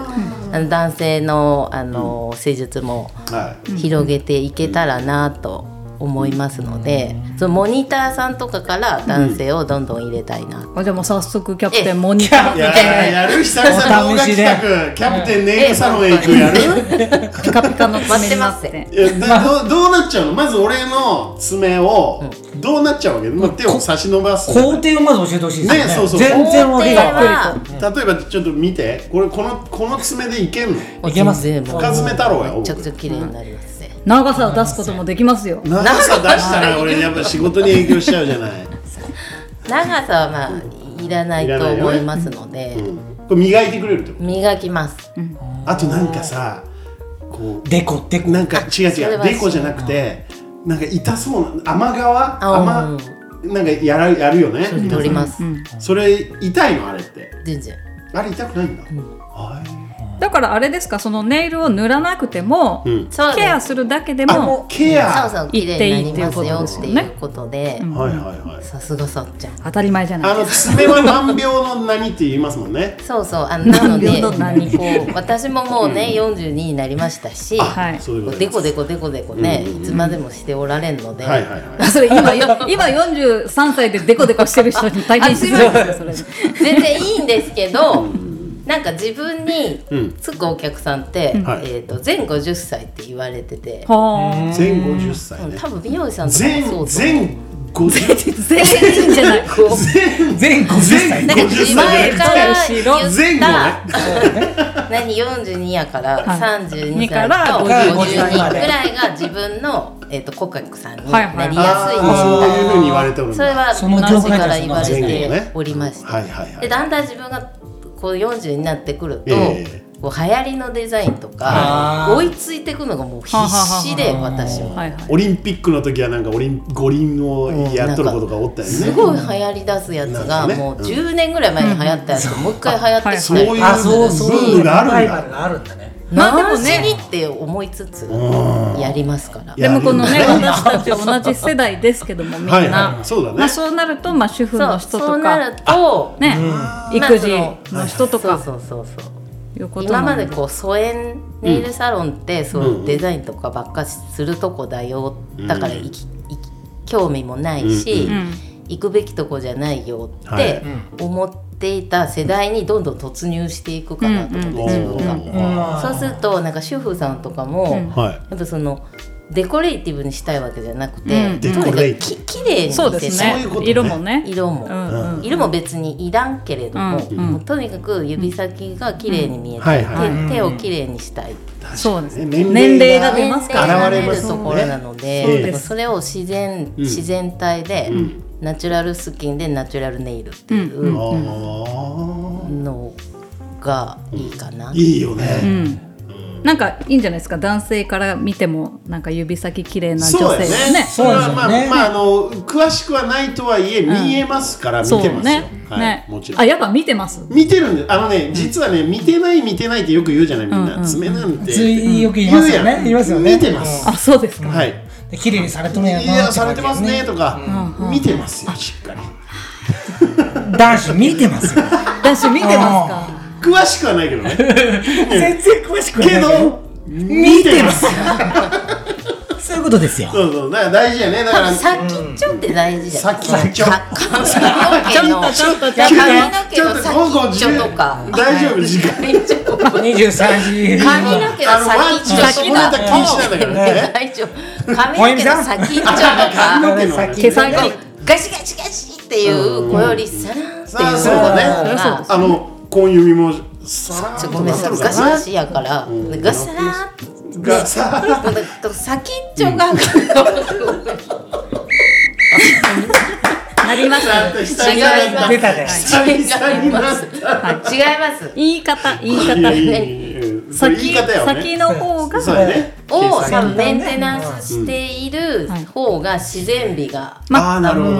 [SPEAKER 5] あの男性のあの施術も
[SPEAKER 1] は
[SPEAKER 5] 広げていけたらなと思いますので、そのモニターさんとかから男性をどんどん入れたいな、
[SPEAKER 2] あじゃあもう早速キャプテンモニタ
[SPEAKER 1] い、
[SPEAKER 2] ー
[SPEAKER 1] いややる久々動画企画キャプテンネイルサロンへ行くやる
[SPEAKER 2] ピカピカの爪になっ
[SPEAKER 5] 待って
[SPEAKER 2] て
[SPEAKER 1] いやだどうどうなっちゃうのまず俺の爪をどうなっちゃうわけ、まあ、手を差し伸ばす
[SPEAKER 3] 工程をまず教えてほしいですよね。
[SPEAKER 1] ねそうそう
[SPEAKER 3] 全然わけが
[SPEAKER 5] 工程は
[SPEAKER 1] 例えばちょっと見てこれこのこの爪でいけんの
[SPEAKER 5] もう
[SPEAKER 3] いけます
[SPEAKER 5] 全然もう
[SPEAKER 1] 深爪太郎や
[SPEAKER 5] め
[SPEAKER 1] 僕
[SPEAKER 5] ちゃくちゃ綺麗になりますね、
[SPEAKER 2] 長さを出すこともできますよ
[SPEAKER 1] 長さ出したら俺やっぱ仕事に影響しちゃうじゃ ない
[SPEAKER 5] 長さはまあいらないと思いますので、
[SPEAKER 1] これ磨いてくれるってこ
[SPEAKER 5] 磨きます、
[SPEAKER 1] とあとなんかさこ
[SPEAKER 3] デコデ
[SPEAKER 1] う
[SPEAKER 3] コ。
[SPEAKER 1] なんか違う
[SPEAKER 5] それ
[SPEAKER 1] 違う
[SPEAKER 5] は
[SPEAKER 1] デコじゃなくてなんか痛そうな甘皮
[SPEAKER 5] あ
[SPEAKER 1] 甘なんかやらやるよね
[SPEAKER 5] 取ります、
[SPEAKER 1] それ痛いのあれって
[SPEAKER 5] 全然
[SPEAKER 1] あれ痛くないんだ、はい
[SPEAKER 2] だからあれですかそのネイルを塗らなくても、
[SPEAKER 1] うん
[SPEAKER 5] そうです
[SPEAKER 2] ケアするだけで
[SPEAKER 1] あ
[SPEAKER 2] も
[SPEAKER 1] ケ
[SPEAKER 5] そ
[SPEAKER 1] ア
[SPEAKER 5] うそう綺麗になりますよっていうことで
[SPEAKER 1] はいはいはい
[SPEAKER 5] さすがさっちゃん
[SPEAKER 2] 当たり前じゃな
[SPEAKER 1] あ
[SPEAKER 2] いで
[SPEAKER 1] の
[SPEAKER 2] すか
[SPEAKER 1] 爪は難病の何って言いますもんね。
[SPEAKER 5] そうそうあのなので
[SPEAKER 2] 何秒の何
[SPEAKER 5] こう私ももうね42になりましたし
[SPEAKER 2] はい
[SPEAKER 1] そういうこと
[SPEAKER 5] デ
[SPEAKER 1] です
[SPEAKER 5] コデコデコデコねいつまでもしておられんので
[SPEAKER 1] はいはいはい。
[SPEAKER 2] それ今よ今43歳でデコデコしてる人に大変失礼ですよそれ
[SPEAKER 5] 全然いいんですけどなんか自分につくお客さんってえ
[SPEAKER 1] はい
[SPEAKER 5] ーと全50歳って言われてて
[SPEAKER 2] はあ
[SPEAKER 1] 全五十歳
[SPEAKER 5] うん
[SPEAKER 1] ね。
[SPEAKER 5] 多分美容師さんとか
[SPEAKER 1] 全
[SPEAKER 5] もそうと
[SPEAKER 1] 全五十
[SPEAKER 2] 全然いいんじゃない
[SPEAKER 3] 全50歳。
[SPEAKER 5] なんか自前から言った
[SPEAKER 1] 前後ね。
[SPEAKER 5] 何42やから
[SPEAKER 2] はい
[SPEAKER 5] 32歳
[SPEAKER 2] から
[SPEAKER 5] と
[SPEAKER 3] 52ま
[SPEAKER 5] 52
[SPEAKER 3] で
[SPEAKER 5] ぐらいが自分の、えっと顧客さんに
[SPEAKER 2] はい
[SPEAKER 5] な
[SPEAKER 2] はい
[SPEAKER 5] りやすいんです
[SPEAKER 1] ああそういうふうに言われてるんだ。
[SPEAKER 5] それは
[SPEAKER 3] その
[SPEAKER 5] 昔から言われ
[SPEAKER 1] 前後
[SPEAKER 5] て
[SPEAKER 1] ね。
[SPEAKER 5] おりまして、
[SPEAKER 1] はいはいは
[SPEAKER 5] で
[SPEAKER 1] い。
[SPEAKER 5] だんだん自分がこう40になってくると、
[SPEAKER 1] ええ
[SPEAKER 5] こう流行りのデザインと
[SPEAKER 3] あ
[SPEAKER 5] か
[SPEAKER 3] ー
[SPEAKER 5] 追いついていくのがもう必死で私も。
[SPEAKER 2] はいはい
[SPEAKER 1] オリンピックの時はなんかオリン五輪をやっとる子とかおったよ
[SPEAKER 5] す
[SPEAKER 1] ね。
[SPEAKER 5] ごい流行り出すやつ
[SPEAKER 1] なん
[SPEAKER 5] が
[SPEAKER 1] かね
[SPEAKER 5] もう10年ぐらい前に流行ったやつがもう一回流行ってき
[SPEAKER 1] そう
[SPEAKER 5] た
[SPEAKER 1] いう
[SPEAKER 5] り
[SPEAKER 1] ブ
[SPEAKER 3] あ、そうそう。
[SPEAKER 1] ームがあるん
[SPEAKER 3] ライバ
[SPEAKER 1] だ。
[SPEAKER 3] ルがあるんだね。
[SPEAKER 5] まあでも
[SPEAKER 2] なんし
[SPEAKER 5] ねって思いつつやりますから
[SPEAKER 1] いや
[SPEAKER 2] でもこのね
[SPEAKER 1] やるん
[SPEAKER 2] 私たち同じ世代ですけどもみんな、
[SPEAKER 1] はいはい。そうだ
[SPEAKER 2] まあ、
[SPEAKER 1] ね。
[SPEAKER 2] そうなると、まあ、主婦の人
[SPEAKER 5] そうそ
[SPEAKER 2] と
[SPEAKER 5] うな
[SPEAKER 2] か
[SPEAKER 5] ると
[SPEAKER 2] ね
[SPEAKER 5] まあ
[SPEAKER 2] 育児の人とか
[SPEAKER 5] そうそうそうそう
[SPEAKER 2] いうこと
[SPEAKER 5] 今
[SPEAKER 2] な
[SPEAKER 5] ま
[SPEAKER 2] んで
[SPEAKER 5] でこう疎遠ネイルサロンってそううんデザインとかばっかするとこだよだからいきいき興味もないし
[SPEAKER 1] うん
[SPEAKER 2] うん
[SPEAKER 5] 行くべきとこじゃないよっ
[SPEAKER 1] は
[SPEAKER 5] て
[SPEAKER 1] い
[SPEAKER 5] 思っていた世代にどんどん突入していくかなと思って自分が。そうするとなんか主婦さんとかも
[SPEAKER 2] ん
[SPEAKER 1] はい。
[SPEAKER 5] やっぱそのデコレーティブにしたいわけじゃなくて、
[SPEAKER 2] うん
[SPEAKER 5] と
[SPEAKER 1] デ
[SPEAKER 5] にか
[SPEAKER 1] コレー
[SPEAKER 5] く
[SPEAKER 1] テ
[SPEAKER 5] ききれいに
[SPEAKER 2] そう
[SPEAKER 5] 見
[SPEAKER 2] で
[SPEAKER 5] せ
[SPEAKER 2] す
[SPEAKER 5] たい
[SPEAKER 2] ね
[SPEAKER 1] そういうことね
[SPEAKER 2] 色もね
[SPEAKER 5] 色も、
[SPEAKER 2] うん
[SPEAKER 5] 色も別にいらんけれども,、
[SPEAKER 2] うん
[SPEAKER 5] もうとにかく指先が綺麗に見えて、
[SPEAKER 1] はいはい
[SPEAKER 5] 手手を綺麗にしたい、
[SPEAKER 2] そうですね
[SPEAKER 1] 年
[SPEAKER 2] 年齢が
[SPEAKER 1] ね
[SPEAKER 2] 出ますか
[SPEAKER 1] ね
[SPEAKER 2] ら
[SPEAKER 5] が
[SPEAKER 1] 現れま
[SPEAKER 5] る
[SPEAKER 1] すね
[SPEAKER 5] ところなので
[SPEAKER 1] そう
[SPEAKER 5] そ
[SPEAKER 1] です
[SPEAKER 5] れを自然
[SPEAKER 1] ん
[SPEAKER 5] 自然体で、
[SPEAKER 1] ん
[SPEAKER 5] ナチュラルスキンでナチュラルネイルっていう
[SPEAKER 1] あ
[SPEAKER 5] うのがいいかな、
[SPEAKER 1] あいいよね。
[SPEAKER 2] うんなんかいいんじゃないですか男性から見てもなんか指先綺麗な女性
[SPEAKER 1] そう
[SPEAKER 2] が
[SPEAKER 1] やね。
[SPEAKER 2] ね
[SPEAKER 1] それはまあ、
[SPEAKER 3] そうですよね
[SPEAKER 1] まあ、あの、詳しくはないとはいえ、見えますから、見てますよ。
[SPEAKER 2] ね
[SPEAKER 1] はい、
[SPEAKER 2] ね
[SPEAKER 1] もちろ
[SPEAKER 2] あ
[SPEAKER 1] ん。
[SPEAKER 2] やっぱ見てます
[SPEAKER 1] 見てるんで、あのね、実はね、見てない、見てないってよく言うじゃない、みんな、爪なんて。
[SPEAKER 3] ついよく言います
[SPEAKER 1] 言
[SPEAKER 3] よ
[SPEAKER 1] うや
[SPEAKER 3] ね。
[SPEAKER 1] ん
[SPEAKER 3] 言いますよね。
[SPEAKER 1] 見てます
[SPEAKER 2] あそうですか
[SPEAKER 1] はい。
[SPEAKER 3] で綺麗にされとるんやない
[SPEAKER 1] や、されてますねとか、
[SPEAKER 2] うん
[SPEAKER 1] 見てますよ、しっかり。
[SPEAKER 3] 男子見てますよ
[SPEAKER 2] 男子見てますか
[SPEAKER 1] 詳しくはないけどね
[SPEAKER 3] 全然詳しく
[SPEAKER 1] け
[SPEAKER 3] ない
[SPEAKER 1] ど
[SPEAKER 3] 見てま
[SPEAKER 1] ますす
[SPEAKER 3] そういうことですよ
[SPEAKER 1] そうそうだから大事やねだから
[SPEAKER 5] 先っちょって大事じゃん。
[SPEAKER 1] 先っちょ
[SPEAKER 5] ちょっとちょっと
[SPEAKER 1] ちょっとち
[SPEAKER 5] ちょっと
[SPEAKER 1] ょっと午後
[SPEAKER 5] 髪の毛の先っちょとか。
[SPEAKER 1] 大丈夫時間
[SPEAKER 3] 23時
[SPEAKER 5] 髪の毛の先っちょ
[SPEAKER 1] あのワンちゃん下ネタ禁止なんだけどね
[SPEAKER 5] 大丈夫。髪の毛の先っちょとか。
[SPEAKER 1] 髪の毛の先
[SPEAKER 2] 毛先
[SPEAKER 5] なんかガシガシガシっていう子よりさらーってい
[SPEAKER 1] さあ
[SPEAKER 5] う
[SPEAKER 1] そうだね
[SPEAKER 5] 方が
[SPEAKER 1] あの婚指もさらっ
[SPEAKER 5] ち
[SPEAKER 1] と
[SPEAKER 5] ょごめんなさい
[SPEAKER 1] なっと
[SPEAKER 5] ガ
[SPEAKER 1] る
[SPEAKER 5] シ
[SPEAKER 1] か
[SPEAKER 5] ガ
[SPEAKER 1] な
[SPEAKER 5] シやからガシャーって
[SPEAKER 1] がさあ
[SPEAKER 5] なんか先っちょが
[SPEAKER 2] なります
[SPEAKER 1] ちゃん と下に
[SPEAKER 5] 違い
[SPEAKER 1] な
[SPEAKER 5] ま
[SPEAKER 1] っ
[SPEAKER 5] す
[SPEAKER 1] た
[SPEAKER 3] 出たね
[SPEAKER 1] 下に下になった
[SPEAKER 5] 違います
[SPEAKER 2] 言い方言い
[SPEAKER 1] いや
[SPEAKER 2] 方
[SPEAKER 1] いやいやいやそれ言い
[SPEAKER 2] 先
[SPEAKER 1] 方やわね
[SPEAKER 2] 先の方が
[SPEAKER 1] そうやね
[SPEAKER 5] をさ
[SPEAKER 3] 先
[SPEAKER 5] メンテナンスしている方が自然美が
[SPEAKER 2] ま
[SPEAKER 1] ああーなるほど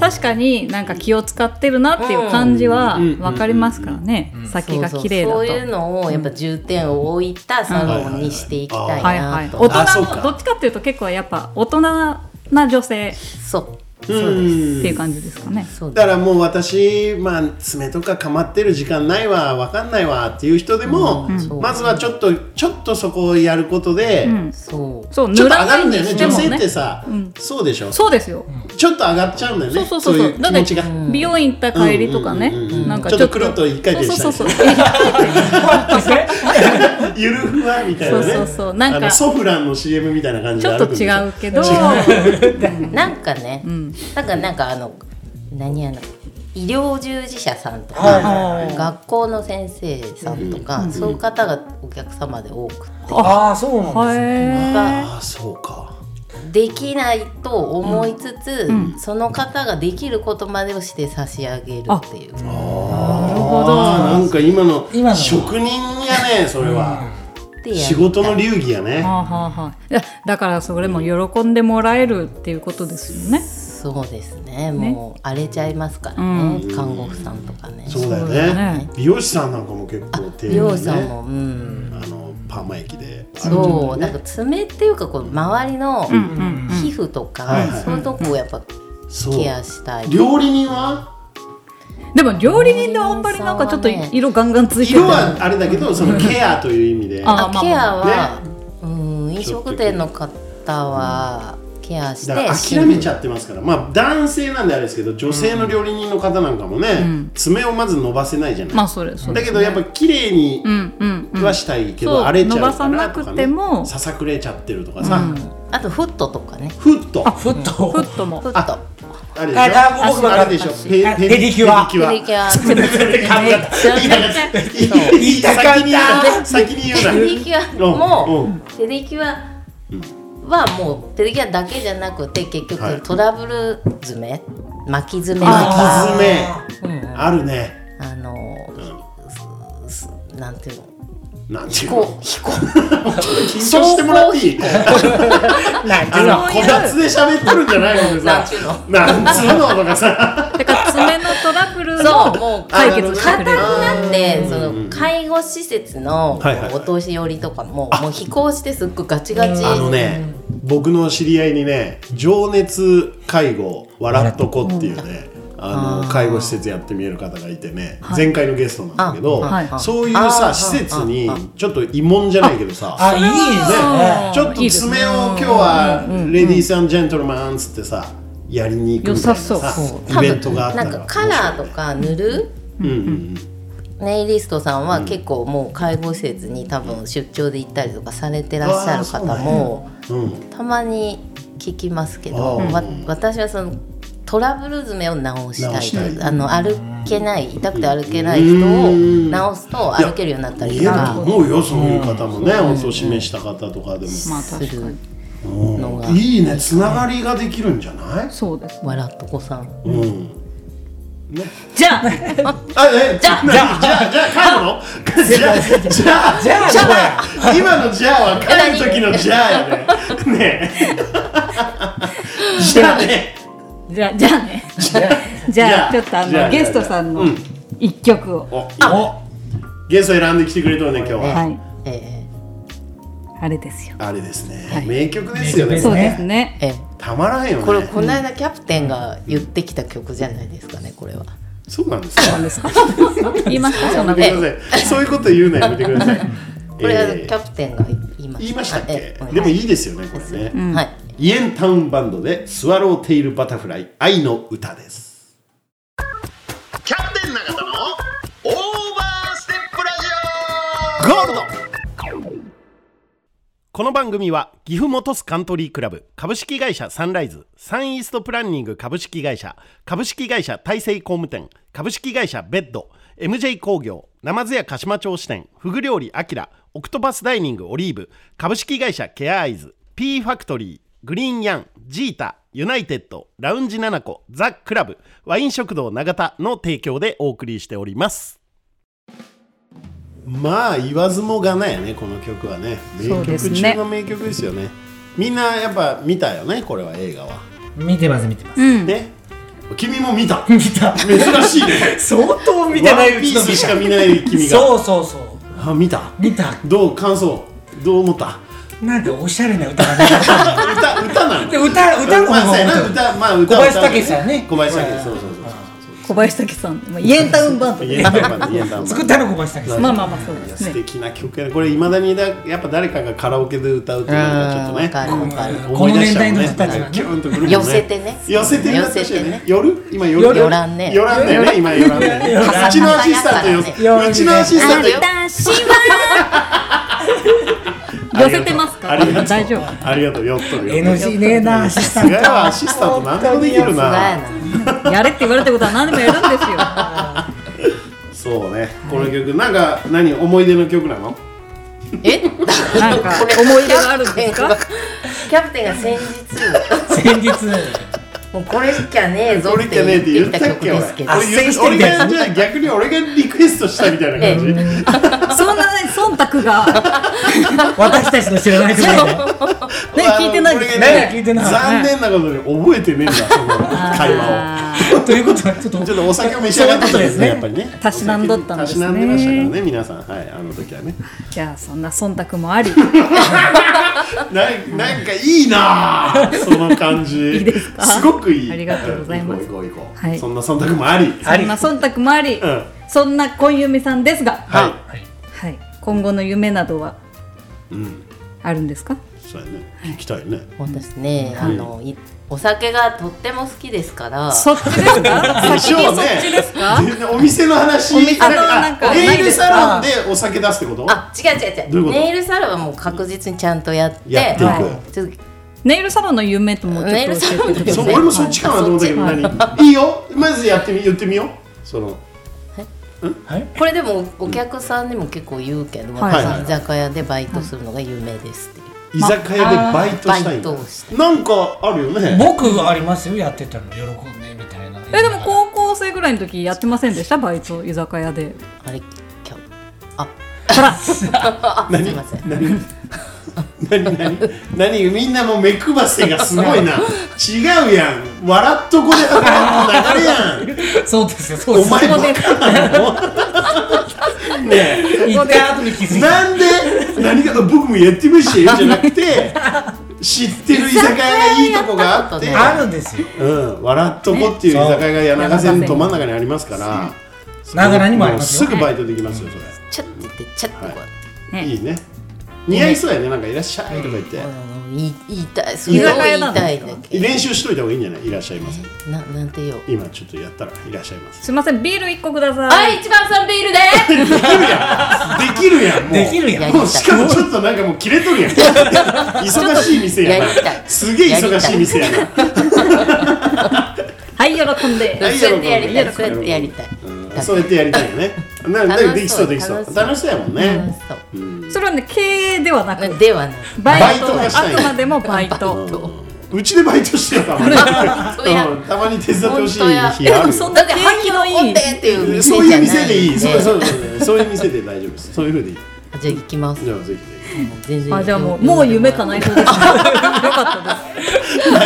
[SPEAKER 2] 確かになんか気を使ってるなっていう感じはわかりますからね先が綺麗だと
[SPEAKER 5] そうそうそういうのをやっぱ重点を置いたサロンにしていきたい
[SPEAKER 2] はいは
[SPEAKER 5] ないと、
[SPEAKER 2] 大
[SPEAKER 1] あ
[SPEAKER 2] 人
[SPEAKER 1] そう
[SPEAKER 2] の
[SPEAKER 1] か
[SPEAKER 2] どっちかっていうと結構やっぱ大人な女性っ
[SPEAKER 5] そう
[SPEAKER 1] う
[SPEAKER 5] そうです
[SPEAKER 1] ん
[SPEAKER 2] ていう感じですかね
[SPEAKER 5] そうで
[SPEAKER 1] だからもう私、まあ、爪とかかまってる時間ないわわかんないわっていう人でも、
[SPEAKER 5] そう
[SPEAKER 1] まずはちょっとちょっとそこをやることで、
[SPEAKER 2] うん
[SPEAKER 5] すそう
[SPEAKER 2] そう
[SPEAKER 1] ちょっ
[SPEAKER 2] 塗
[SPEAKER 1] と上
[SPEAKER 2] ら
[SPEAKER 1] が
[SPEAKER 2] ない
[SPEAKER 1] るん
[SPEAKER 2] に
[SPEAKER 1] だよね
[SPEAKER 2] して
[SPEAKER 1] 女
[SPEAKER 2] も
[SPEAKER 1] 性って
[SPEAKER 2] ね
[SPEAKER 1] さ、
[SPEAKER 2] ん
[SPEAKER 1] そうでしょ
[SPEAKER 2] そうですよ
[SPEAKER 1] ちょっと上がっちゃうんだよね
[SPEAKER 2] そうそうそう
[SPEAKER 1] そ
[SPEAKER 2] そうう
[SPEAKER 1] いう気
[SPEAKER 2] だって
[SPEAKER 1] 持ちが。
[SPEAKER 2] 美容院行った帰りとかね
[SPEAKER 1] うんうんうんうん
[SPEAKER 2] なんか
[SPEAKER 1] ちょっとくるっと一回転したり
[SPEAKER 2] そうそうそうそう
[SPEAKER 1] ゆるふわみたいなね
[SPEAKER 2] そうそうそうなんか
[SPEAKER 1] あのソフランの CM みたいな感じ
[SPEAKER 2] ち
[SPEAKER 1] で
[SPEAKER 2] ょっ
[SPEAKER 1] 歩
[SPEAKER 2] と
[SPEAKER 1] くんでし
[SPEAKER 2] 違うけど
[SPEAKER 5] なんかね、
[SPEAKER 2] ん
[SPEAKER 5] なんかなんかあの何やの医療従事者さんとか、
[SPEAKER 1] はい
[SPEAKER 5] 学校の先生さんとか、そういう方がお客様で多くて、
[SPEAKER 6] ああそうなん
[SPEAKER 2] へえ
[SPEAKER 1] ああそうか
[SPEAKER 5] できないと思いつつ、その方ができることまでをして差し上げるっていう
[SPEAKER 1] なるほどなんか今の
[SPEAKER 6] 今の
[SPEAKER 1] 職人やねそれは、
[SPEAKER 5] でや
[SPEAKER 1] 仕事の流儀やね、
[SPEAKER 2] はあはあはあいやだからそれも喜んでもらえるっていうことですよね
[SPEAKER 5] そうですねもう荒れちゃいますからね、看護婦さんとかね
[SPEAKER 1] そうだよ
[SPEAKER 2] そうだ
[SPEAKER 1] ね
[SPEAKER 2] よね
[SPEAKER 1] 美容師さんなんかも結構丁
[SPEAKER 5] 美
[SPEAKER 1] 寧
[SPEAKER 5] 容
[SPEAKER 1] に
[SPEAKER 5] 師さん
[SPEAKER 1] ね
[SPEAKER 5] も、うん
[SPEAKER 1] あのパーマ液で
[SPEAKER 5] そうなんか爪っていうかこう周りの
[SPEAKER 2] うんうん
[SPEAKER 5] 皮膚と
[SPEAKER 1] はい
[SPEAKER 5] か、
[SPEAKER 1] はい
[SPEAKER 5] そういうとこをやっぱ
[SPEAKER 1] そう
[SPEAKER 5] ケアしたい
[SPEAKER 1] 料理人は
[SPEAKER 2] でも料理人ではあんまりなんかちょっと色ガンガンついてる
[SPEAKER 1] 色はあれだけどそのケアという意味で
[SPEAKER 2] あ
[SPEAKER 1] だ
[SPEAKER 5] あ
[SPEAKER 2] まあ
[SPEAKER 5] ケアは、うん飲食店の方はケアして
[SPEAKER 1] から諦めち
[SPEAKER 5] ゃ
[SPEAKER 1] ゃってますからまあ男性なんであれですけど女性の料理人の方なんかもね、爪をまず伸ばせないじゃない、
[SPEAKER 2] まあそれそれ
[SPEAKER 1] だけどやっぱ綺麗に
[SPEAKER 2] うんうんうん
[SPEAKER 1] はしたいけど、
[SPEAKER 2] そう
[SPEAKER 1] 荒れちゃうか
[SPEAKER 2] 伸ばさ
[SPEAKER 1] ら
[SPEAKER 2] な
[SPEAKER 1] と
[SPEAKER 2] く
[SPEAKER 1] か、
[SPEAKER 2] て
[SPEAKER 1] ね、
[SPEAKER 2] も
[SPEAKER 1] ささくれちゃってるとかさ、
[SPEAKER 5] あとフットとかね
[SPEAKER 1] ふっと
[SPEAKER 6] ふっと
[SPEAKER 2] フットも
[SPEAKER 5] フット
[SPEAKER 1] あれでしょ
[SPEAKER 6] ああ僕
[SPEAKER 1] あれでしょペ
[SPEAKER 6] あペディキュア
[SPEAKER 1] ペデ
[SPEAKER 5] ペディキ ュア
[SPEAKER 1] めっちゃ言いたかった先に言うな
[SPEAKER 5] ペディキュアも、
[SPEAKER 1] うん
[SPEAKER 5] ペディキュアはもうペディキュアだけじゃなくて結
[SPEAKER 1] はい
[SPEAKER 5] 局トラブル爪巻き爪と
[SPEAKER 1] 巻
[SPEAKER 5] か
[SPEAKER 1] き爪あるね
[SPEAKER 5] あのすすなんていうの
[SPEAKER 1] なんていう
[SPEAKER 5] こ
[SPEAKER 1] の
[SPEAKER 5] う飛行
[SPEAKER 1] 緊張してもらっていい
[SPEAKER 6] なんて
[SPEAKER 1] あ
[SPEAKER 6] いう
[SPEAKER 1] の
[SPEAKER 6] の
[SPEAKER 1] こたつで喋ってるんじゃないのでさ
[SPEAKER 5] なんていうの
[SPEAKER 1] なんつうのとかさ
[SPEAKER 2] だから爪のトラブル
[SPEAKER 5] そうも
[SPEAKER 2] も
[SPEAKER 5] う
[SPEAKER 2] 解決して
[SPEAKER 5] 硬
[SPEAKER 2] く
[SPEAKER 5] く
[SPEAKER 2] れる
[SPEAKER 5] なってその介護施設の
[SPEAKER 1] はいはいはい
[SPEAKER 5] お年寄りとかももう飛行してすっごいガチガチ
[SPEAKER 1] あのね僕の知り合いにね情熱介護笑っとこっていうねあの介護施設やってみえる方がいてね前回のゲストなんだけど
[SPEAKER 5] あ
[SPEAKER 2] はい
[SPEAKER 1] そういう
[SPEAKER 5] あ
[SPEAKER 1] さ施設にちょっと慰問じゃないけどさ
[SPEAKER 6] あいいですね
[SPEAKER 1] ちょっと爪を今日はレディースジェントルマンっつってさやりに行くみたいな
[SPEAKER 2] 良さ
[SPEAKER 1] さ
[SPEAKER 2] そ
[SPEAKER 1] イベントがあった
[SPEAKER 5] な
[SPEAKER 1] ら
[SPEAKER 5] んかカラーとか塗る
[SPEAKER 1] うんうんうん
[SPEAKER 5] ネイリストさんは結構もう介護施設に多分出張で行ったりとかされてらっしゃる方も
[SPEAKER 1] うん
[SPEAKER 5] たまに聞きますけど
[SPEAKER 1] あー
[SPEAKER 5] わ私はそのトラブル爪を直した
[SPEAKER 1] 直
[SPEAKER 5] い
[SPEAKER 1] したい
[SPEAKER 5] あの歩けない痛くて歩けない人を
[SPEAKER 1] うん
[SPEAKER 5] 直すと歩けるようになった
[SPEAKER 1] 見
[SPEAKER 5] りと
[SPEAKER 1] える
[SPEAKER 5] か
[SPEAKER 1] と思うよそういう方もねお年召した方とかでも
[SPEAKER 2] まあ確
[SPEAKER 5] す
[SPEAKER 2] か
[SPEAKER 5] る
[SPEAKER 2] に
[SPEAKER 5] のが
[SPEAKER 1] いいねつながりができるんじゃない
[SPEAKER 2] そうです
[SPEAKER 5] 笑っとこさん。
[SPEAKER 1] うん
[SPEAKER 2] じゃあ
[SPEAKER 1] あえじゃあじゃあじゃあ帰 るのじゃあじゃあ
[SPEAKER 6] じゃあどこや
[SPEAKER 1] 今のじゃあは帰る時のじゃあよねねえじゃあね
[SPEAKER 2] じゃあじゃあねじゃあちょっとあ
[SPEAKER 1] じゃあじゃあ
[SPEAKER 2] のゲストさんの
[SPEAKER 1] うん
[SPEAKER 2] 一曲を
[SPEAKER 1] おゲスト選んできてくれたのね今日は
[SPEAKER 2] はい
[SPEAKER 5] え
[SPEAKER 2] あれですよ
[SPEAKER 1] あれですね、
[SPEAKER 2] はい
[SPEAKER 1] 名曲ですよね
[SPEAKER 6] 名
[SPEAKER 2] そ
[SPEAKER 6] 曲
[SPEAKER 2] うですね
[SPEAKER 5] えええ
[SPEAKER 1] たまらんよね
[SPEAKER 5] これこの間キャプテンが言ってきた曲じゃないですかねこれは。
[SPEAKER 1] そうなんですか
[SPEAKER 2] 言いましたそんな
[SPEAKER 1] や
[SPEAKER 2] こ
[SPEAKER 1] めてくださいそういうこと言うのやめてください
[SPEAKER 5] これは
[SPEAKER 1] えー
[SPEAKER 5] キャプテンが言いました
[SPEAKER 1] 言いましたっけ
[SPEAKER 5] ええ
[SPEAKER 1] でもいいですよねこれね、
[SPEAKER 5] はい
[SPEAKER 1] イエンタウンバンドで「スワローテイルバタフライ愛の歌」ですキャプテン永田のオーバーステップラジオゴールドこの番組は岐阜本スカントリークラブ株式会社サンライズサンイーストプランニング株式会社株式会社大成工務店株式会社ベッド MJ 工業ナマズ屋鹿島町支店フグ料理アキラオクトパスダイニングオリーブ株式会社ケアアイズ P ファクトリーグリーンヤンジータユナイテッドラウンジナナコザ・クラブワイン食堂永田の提供でお送りしておりますまあ言わずもがなやねこの曲はね
[SPEAKER 2] そうですね名曲中の
[SPEAKER 1] 名曲ですよねみんなやっぱ見たよねこれは映画は、
[SPEAKER 3] 見てます見てます。
[SPEAKER 2] うん
[SPEAKER 1] ね君も見た
[SPEAKER 3] 見た。
[SPEAKER 1] 珍しいね
[SPEAKER 3] 相当 見てな
[SPEAKER 1] ワン
[SPEAKER 3] いう
[SPEAKER 1] ピ
[SPEAKER 3] ち
[SPEAKER 1] ー
[SPEAKER 3] の
[SPEAKER 1] ス
[SPEAKER 3] 見
[SPEAKER 1] したか。見ない君が
[SPEAKER 3] そうそうそう。
[SPEAKER 1] あ見た
[SPEAKER 3] 見た。
[SPEAKER 1] どう感想どう思った
[SPEAKER 6] なんかおしゃれな歌がね。
[SPEAKER 1] 歌歌なの
[SPEAKER 6] で歌歌の方
[SPEAKER 1] まあそうやな
[SPEAKER 6] が
[SPEAKER 1] 歌まあ歌
[SPEAKER 6] 小林武史さんね
[SPEAKER 1] 小林武史そうそうそう
[SPEAKER 2] 小林武さんまあイエンタウンバンド
[SPEAKER 1] そうイエンタウンバンドイエンタウンバンド
[SPEAKER 6] 作ったの小林武史さん。
[SPEAKER 2] まあまあまあそう
[SPEAKER 1] い
[SPEAKER 2] で
[SPEAKER 1] や
[SPEAKER 2] す
[SPEAKER 1] 素
[SPEAKER 2] ね
[SPEAKER 1] 敵な曲やねこれいまだにだやっぱ誰かがカラオケで歌うっていうのがちょっとね
[SPEAKER 5] うんわかるわかる
[SPEAKER 1] 思い出しちゃうも
[SPEAKER 6] この年代
[SPEAKER 1] んね
[SPEAKER 6] の人たちはね
[SPEAKER 1] キュンとくるもんね
[SPEAKER 5] 寄せてね
[SPEAKER 1] 寄せて
[SPEAKER 5] 寄
[SPEAKER 1] 寄せ
[SPEAKER 5] せ
[SPEAKER 1] て
[SPEAKER 5] て
[SPEAKER 1] ね
[SPEAKER 5] ね
[SPEAKER 1] 夜今夜
[SPEAKER 5] 寄らんね
[SPEAKER 1] 寄らんだよね今寄らんだよね
[SPEAKER 5] 寄らん
[SPEAKER 1] うちのアシスタントよ
[SPEAKER 6] 寄らん
[SPEAKER 1] うちのアシスタントよ
[SPEAKER 2] 私は寄せてますか
[SPEAKER 1] ありがとう
[SPEAKER 2] 大丈夫
[SPEAKER 1] ありがとう寄っとるよ
[SPEAKER 6] NG ねえなアシスタ
[SPEAKER 1] 菅
[SPEAKER 6] ン
[SPEAKER 1] 谷
[SPEAKER 6] ト。
[SPEAKER 1] はアシスタント何でもできる
[SPEAKER 5] すがや
[SPEAKER 1] な
[SPEAKER 5] な
[SPEAKER 2] やれって言われたことは何でもやるんですよ
[SPEAKER 1] そうねこの曲なんか何思い出の曲なの
[SPEAKER 5] え
[SPEAKER 2] なんか思い出があるんです か
[SPEAKER 5] キャプテンが先日
[SPEAKER 6] 先日
[SPEAKER 5] もうこれしかねえぞ
[SPEAKER 1] これ
[SPEAKER 5] っ
[SPEAKER 1] ってね
[SPEAKER 5] て
[SPEAKER 1] えって
[SPEAKER 5] 言
[SPEAKER 1] 言
[SPEAKER 5] っ
[SPEAKER 1] って
[SPEAKER 5] き
[SPEAKER 1] た
[SPEAKER 5] た
[SPEAKER 1] っ
[SPEAKER 5] 曲
[SPEAKER 1] け
[SPEAKER 5] ですけど
[SPEAKER 6] 俺斡旋して
[SPEAKER 1] 俺
[SPEAKER 6] みたい
[SPEAKER 1] が
[SPEAKER 6] な
[SPEAKER 1] じゃあ逆に俺がリクエストしたみたいな感じ
[SPEAKER 2] そんなね忖度が
[SPEAKER 6] 私たちの知らないところで。
[SPEAKER 2] ね聞いてないです
[SPEAKER 1] あの
[SPEAKER 2] よね
[SPEAKER 1] 俺が
[SPEAKER 6] ね聞いてない
[SPEAKER 1] 残念なことに覚えてねえんだその会話を
[SPEAKER 2] あ
[SPEAKER 6] ということはちょっと
[SPEAKER 1] ちょっとお酒を召し上がってたんですね
[SPEAKER 6] そ
[SPEAKER 1] や
[SPEAKER 6] うい
[SPEAKER 1] っ
[SPEAKER 6] う
[SPEAKER 1] ぱ
[SPEAKER 6] こ
[SPEAKER 1] りね
[SPEAKER 2] たしなんどったんですね
[SPEAKER 1] たしなんでましたからね皆さんはいあの時 はね
[SPEAKER 2] ーじゃあそんな忖度もあり
[SPEAKER 1] なんなんかいいなあ その感じ
[SPEAKER 2] いいですか
[SPEAKER 1] ごくいい
[SPEAKER 2] ありがとうございます
[SPEAKER 1] 行こう行こう行こう
[SPEAKER 2] はい
[SPEAKER 1] そんな忖度もあり
[SPEAKER 2] そんな忖度もあり、
[SPEAKER 1] ん
[SPEAKER 2] そんな今由美さんですが、
[SPEAKER 1] は
[SPEAKER 2] はい
[SPEAKER 1] い
[SPEAKER 2] はい、今後の夢などは
[SPEAKER 1] うん
[SPEAKER 2] あるんですか
[SPEAKER 1] そうやね聞きたいね
[SPEAKER 5] 私ね、あのいお酒がとっても好きですから
[SPEAKER 2] そっちですか
[SPEAKER 1] で
[SPEAKER 2] 先
[SPEAKER 1] し
[SPEAKER 2] に
[SPEAKER 1] ょう
[SPEAKER 2] そ
[SPEAKER 1] ね
[SPEAKER 2] っちですか、
[SPEAKER 1] 全然お店の話
[SPEAKER 2] お店のなんか
[SPEAKER 1] あ
[SPEAKER 2] ない
[SPEAKER 1] ネイ
[SPEAKER 2] で
[SPEAKER 1] ル
[SPEAKER 2] すか
[SPEAKER 1] サロンでお酒出すってこと
[SPEAKER 5] あ違う違う
[SPEAKER 1] どう
[SPEAKER 5] 違
[SPEAKER 1] いう
[SPEAKER 5] う
[SPEAKER 1] こと
[SPEAKER 5] ネイルサロンはもう確実にちゃんとやって
[SPEAKER 1] やっていく
[SPEAKER 5] はいちょっと
[SPEAKER 2] ネイルサロンの夢ともちょっと教え
[SPEAKER 5] ネイルサロン
[SPEAKER 2] てく
[SPEAKER 5] の夢
[SPEAKER 2] だ
[SPEAKER 1] そ
[SPEAKER 2] さ
[SPEAKER 1] う
[SPEAKER 2] い
[SPEAKER 1] 俺もそっちかなと思ったけど
[SPEAKER 2] はい
[SPEAKER 1] 何いいよまずやってみ言ってみようその
[SPEAKER 5] これでもお客さんにも結構言うけど、
[SPEAKER 2] はい
[SPEAKER 5] 私居酒屋でバイトするのが有名ですっていう、
[SPEAKER 1] 居酒屋でバイトしたいんだ
[SPEAKER 5] バイトをした
[SPEAKER 1] なんかあるよね
[SPEAKER 6] と僕ありますよやってたの喜んでみたいな。
[SPEAKER 2] えでも高校生ぐらいの時やってませんでしたバイト居酒屋で
[SPEAKER 5] あれ今日あ
[SPEAKER 2] ほ ら
[SPEAKER 5] あすいません
[SPEAKER 1] 何何何みんなもう目くばせがすごい な違うやん笑っとこで流れ やん
[SPEAKER 6] そうですよそうで
[SPEAKER 1] お
[SPEAKER 6] す。
[SPEAKER 1] 前
[SPEAKER 2] そ
[SPEAKER 1] バ
[SPEAKER 2] こで
[SPEAKER 1] カなのね
[SPEAKER 6] 行った後に気づ
[SPEAKER 1] え
[SPEAKER 6] いた。
[SPEAKER 1] なんで何が僕もやってみしてよじゃな くて知ってる居酒屋がいいとこがあって
[SPEAKER 5] 居酒
[SPEAKER 6] あるんですよ。
[SPEAKER 1] うん、笑っとこっていう居酒屋が柳瀬のど真ん中にありますから
[SPEAKER 6] うながらにもありますよ
[SPEAKER 1] うすぐバイトできますよそれ、
[SPEAKER 5] ちょっと言ってちょっとこ
[SPEAKER 2] ね
[SPEAKER 1] いいね似合いそうやねなんかいらっしゃいとか言って
[SPEAKER 5] う、あ、の言い言いたいすご
[SPEAKER 2] 居
[SPEAKER 5] い
[SPEAKER 2] 酒
[SPEAKER 5] 言
[SPEAKER 2] 屋
[SPEAKER 5] い
[SPEAKER 2] なん
[SPEAKER 5] たい
[SPEAKER 2] です
[SPEAKER 5] ん
[SPEAKER 2] か
[SPEAKER 5] だけど
[SPEAKER 1] 練習しといた方がいいんじゃないいらっしゃいませ
[SPEAKER 5] ななんて言おう
[SPEAKER 1] 今ちょっとやったらいらっしゃいます
[SPEAKER 2] すいませんビール1個ください、
[SPEAKER 5] はい一番さんビールで
[SPEAKER 1] できるやんもう
[SPEAKER 6] できるやん
[SPEAKER 1] もうしかもちょっとなんかもう切れと るやん忙しい店やな
[SPEAKER 5] やりたい
[SPEAKER 1] すげえ忙しい店やな
[SPEAKER 2] はい、喜んで
[SPEAKER 1] 大
[SPEAKER 5] す
[SPEAKER 1] 丈夫
[SPEAKER 5] そうやってやりたい
[SPEAKER 1] 喜
[SPEAKER 5] そうや
[SPEAKER 1] ん
[SPEAKER 5] っ
[SPEAKER 1] で
[SPEAKER 5] てやりたい
[SPEAKER 1] うんそうやってやりたいよ ねななんかできそうできそう
[SPEAKER 5] 楽しそう
[SPEAKER 1] 楽しそうやもんね
[SPEAKER 5] そう
[SPEAKER 2] それはね経営ではなく
[SPEAKER 5] ではない
[SPEAKER 2] バ
[SPEAKER 1] バ
[SPEAKER 2] イト
[SPEAKER 1] イトがしたい
[SPEAKER 2] あくまでもバイト
[SPEAKER 1] うちでバイトしてたもんね
[SPEAKER 5] 当や
[SPEAKER 1] うんたまに手伝ってほしい日
[SPEAKER 5] 本当や
[SPEAKER 1] ある
[SPEAKER 2] でも
[SPEAKER 1] よ
[SPEAKER 2] そん
[SPEAKER 5] だ
[SPEAKER 2] な
[SPEAKER 5] って
[SPEAKER 2] 景
[SPEAKER 5] 覇
[SPEAKER 2] 気
[SPEAKER 5] 気
[SPEAKER 2] の
[SPEAKER 5] の
[SPEAKER 2] い
[SPEAKER 5] い
[SPEAKER 2] い
[SPEAKER 5] いでっていう店じ
[SPEAKER 1] そ
[SPEAKER 5] ゃ
[SPEAKER 1] う
[SPEAKER 5] な
[SPEAKER 1] い
[SPEAKER 5] い
[SPEAKER 1] う店でいいそう
[SPEAKER 5] う
[SPEAKER 1] そうそうそういう店で大丈夫ですそういうふうでいい
[SPEAKER 5] じゃあ行きます
[SPEAKER 1] じ
[SPEAKER 5] も
[SPEAKER 1] ゃあぜひぜひ
[SPEAKER 5] う全然
[SPEAKER 2] あじゃあもうもう夢叶いそうですねよかったです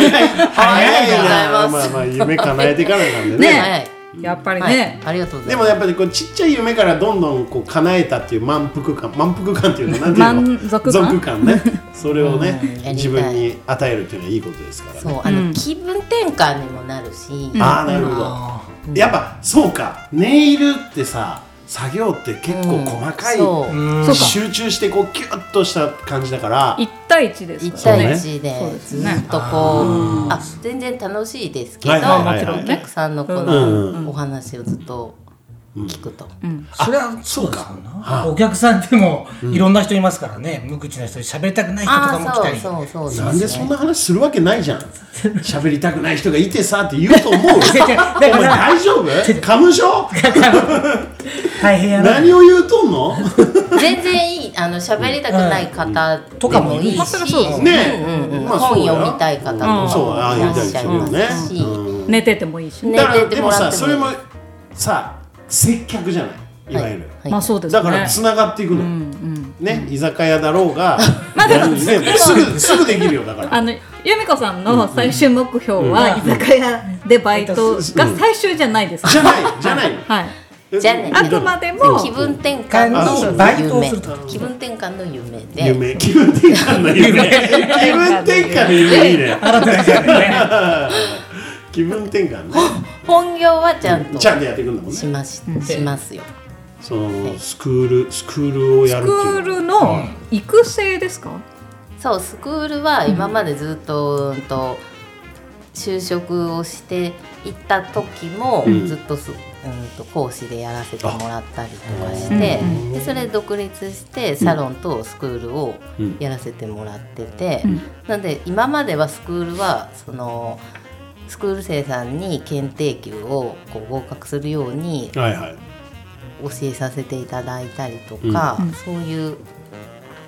[SPEAKER 1] 早い
[SPEAKER 5] ありが
[SPEAKER 1] な
[SPEAKER 5] とうございます
[SPEAKER 1] まあまあ夢叶えていからなんでね
[SPEAKER 2] ね
[SPEAKER 5] はい
[SPEAKER 2] やっぱりね、
[SPEAKER 5] はいありがとうござ
[SPEAKER 1] で
[SPEAKER 5] いま
[SPEAKER 1] も
[SPEAKER 5] す
[SPEAKER 1] やっぱりこうちっちゃい夢からどんどんこう叶えたっていう満腹感満腹感っていうのはなんていうの
[SPEAKER 2] 満足感
[SPEAKER 1] ねそれをね
[SPEAKER 5] うん
[SPEAKER 1] 自分に与えるっていうのはいいことですから
[SPEAKER 5] そ
[SPEAKER 1] ね
[SPEAKER 5] うあの気分転換にもなるし
[SPEAKER 1] ああなるほど
[SPEAKER 6] あ
[SPEAKER 1] やっぱそうかネイルってさ作業って結構細かい、
[SPEAKER 5] そう
[SPEAKER 2] そうか
[SPEAKER 1] 集中してこうキュッとした感じだから
[SPEAKER 2] 一対一です
[SPEAKER 5] 一
[SPEAKER 2] からね
[SPEAKER 5] 対一で
[SPEAKER 2] そうです
[SPEAKER 5] ずっ
[SPEAKER 2] ね
[SPEAKER 5] とこうあ全然楽しいですけど
[SPEAKER 1] はいはいはいはい
[SPEAKER 5] お客さんのこ
[SPEAKER 1] うんうん
[SPEAKER 5] のお話をずっと聞くと
[SPEAKER 6] それはそうかなお客さんでもいろんな人いますからね無口な人喋りたくない人とかも来たり
[SPEAKER 5] そうそうそう
[SPEAKER 1] なんで
[SPEAKER 5] そ
[SPEAKER 1] そ
[SPEAKER 5] うん
[SPEAKER 1] な話するわけないじゃん喋りたくない人がいてさって言うと思う
[SPEAKER 6] 違う違うだ
[SPEAKER 1] お前
[SPEAKER 6] からさ
[SPEAKER 1] 大丈夫花粉症
[SPEAKER 6] 大変やな
[SPEAKER 1] 何を言うとんの
[SPEAKER 5] 全然いいあの喋りたくない方
[SPEAKER 6] と
[SPEAKER 5] で
[SPEAKER 6] かも
[SPEAKER 5] もい
[SPEAKER 6] い
[SPEAKER 5] い
[SPEAKER 6] る
[SPEAKER 5] し、
[SPEAKER 1] ねえ
[SPEAKER 5] うんうん
[SPEAKER 1] まあそう
[SPEAKER 5] 本
[SPEAKER 1] や
[SPEAKER 5] 読みたい方
[SPEAKER 2] う
[SPEAKER 5] も
[SPEAKER 2] ん
[SPEAKER 1] そうああ
[SPEAKER 5] い
[SPEAKER 1] 言う
[SPEAKER 5] らった
[SPEAKER 1] り
[SPEAKER 5] し
[SPEAKER 1] す
[SPEAKER 5] ゃい
[SPEAKER 1] る
[SPEAKER 5] ま
[SPEAKER 1] よね
[SPEAKER 5] すし、
[SPEAKER 1] うん
[SPEAKER 2] 寝ててもいいしね
[SPEAKER 5] ね
[SPEAKER 1] だから
[SPEAKER 5] 寝て
[SPEAKER 1] で
[SPEAKER 5] も
[SPEAKER 1] も
[SPEAKER 5] ら
[SPEAKER 1] さ
[SPEAKER 5] って
[SPEAKER 1] そ
[SPEAKER 5] もい
[SPEAKER 1] れ
[SPEAKER 5] い
[SPEAKER 1] もさ接客じゃないいわゆる、
[SPEAKER 5] はい
[SPEAKER 2] まあそうですね
[SPEAKER 1] だからつながっていくの、ね居酒屋だろう が
[SPEAKER 2] まあでも
[SPEAKER 1] 何ねすぐすぐできるよだから
[SPEAKER 2] あの由美子さんの最終目標は居酒屋でバイトが最終じゃないですか
[SPEAKER 1] じゃないじゃない
[SPEAKER 2] はい
[SPEAKER 5] じゃあね
[SPEAKER 2] あくまでも
[SPEAKER 5] 気分転換
[SPEAKER 6] そう
[SPEAKER 5] の
[SPEAKER 6] バイトを
[SPEAKER 5] 夢
[SPEAKER 6] すると
[SPEAKER 5] 気分転換の夢で
[SPEAKER 1] 夢気分転換の夢気分転換の夢いいね
[SPEAKER 6] 新たな人がね
[SPEAKER 1] 気分転換ね
[SPEAKER 5] 本業はちゃんと
[SPEAKER 1] ちゃんとやっていくんだもんね
[SPEAKER 5] しますしますよ
[SPEAKER 1] そのスクールスクールをやるっ
[SPEAKER 2] ス
[SPEAKER 1] て
[SPEAKER 2] ク
[SPEAKER 1] いう
[SPEAKER 2] ールの育成ですか、
[SPEAKER 5] そうスクールは今までずっと,、うん、と就職をしていった時も
[SPEAKER 1] うん
[SPEAKER 5] ずっとす、うん、と講師でやらせてもらったりとかして、でそれで独立してサロンとスクールを
[SPEAKER 1] うん
[SPEAKER 5] やらせてもらってて、
[SPEAKER 2] うん
[SPEAKER 5] なんで今まではスクールはそのスクール生さんに検定級をこう合格するように
[SPEAKER 1] はいはい
[SPEAKER 5] 教えさせていただいたりとか、
[SPEAKER 2] うんうん
[SPEAKER 5] そういう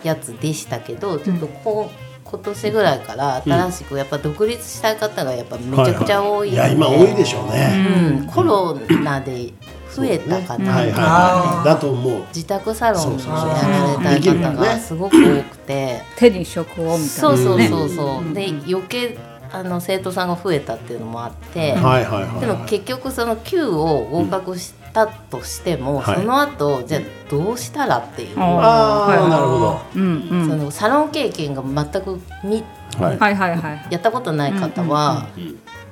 [SPEAKER 5] やつでしたけど、ちょっとこう今年ぐらいから新しくやっぱ独立したい方がやっぱめちゃくちゃ多い
[SPEAKER 1] い
[SPEAKER 5] の
[SPEAKER 1] や
[SPEAKER 5] で
[SPEAKER 1] 今多いでしょうね
[SPEAKER 5] うん、コロナで増えた方、
[SPEAKER 1] はいはい
[SPEAKER 6] あ
[SPEAKER 1] は
[SPEAKER 6] ー
[SPEAKER 1] いだと思う
[SPEAKER 5] 自宅サロンをや
[SPEAKER 1] そ
[SPEAKER 5] ら
[SPEAKER 1] うそうそうで
[SPEAKER 5] れ
[SPEAKER 1] き
[SPEAKER 5] た
[SPEAKER 1] るよ
[SPEAKER 5] 方
[SPEAKER 1] ね
[SPEAKER 5] がすごく多くて、
[SPEAKER 2] 手に職をみた
[SPEAKER 5] そ
[SPEAKER 2] いうな
[SPEAKER 5] そう
[SPEAKER 2] ね
[SPEAKER 5] そうそうで余計あの生徒さんが増えたっていうのもあって、
[SPEAKER 1] はいはいはい
[SPEAKER 5] でも結局その級を合格したとしても、
[SPEAKER 1] はい
[SPEAKER 5] その後じゃあどうしたらっていう、
[SPEAKER 1] ああ
[SPEAKER 2] はい
[SPEAKER 1] なるほど
[SPEAKER 2] うんうん
[SPEAKER 5] そのサロン経験が全くみ
[SPEAKER 1] はい
[SPEAKER 2] はいはいはい
[SPEAKER 5] やったことない方は、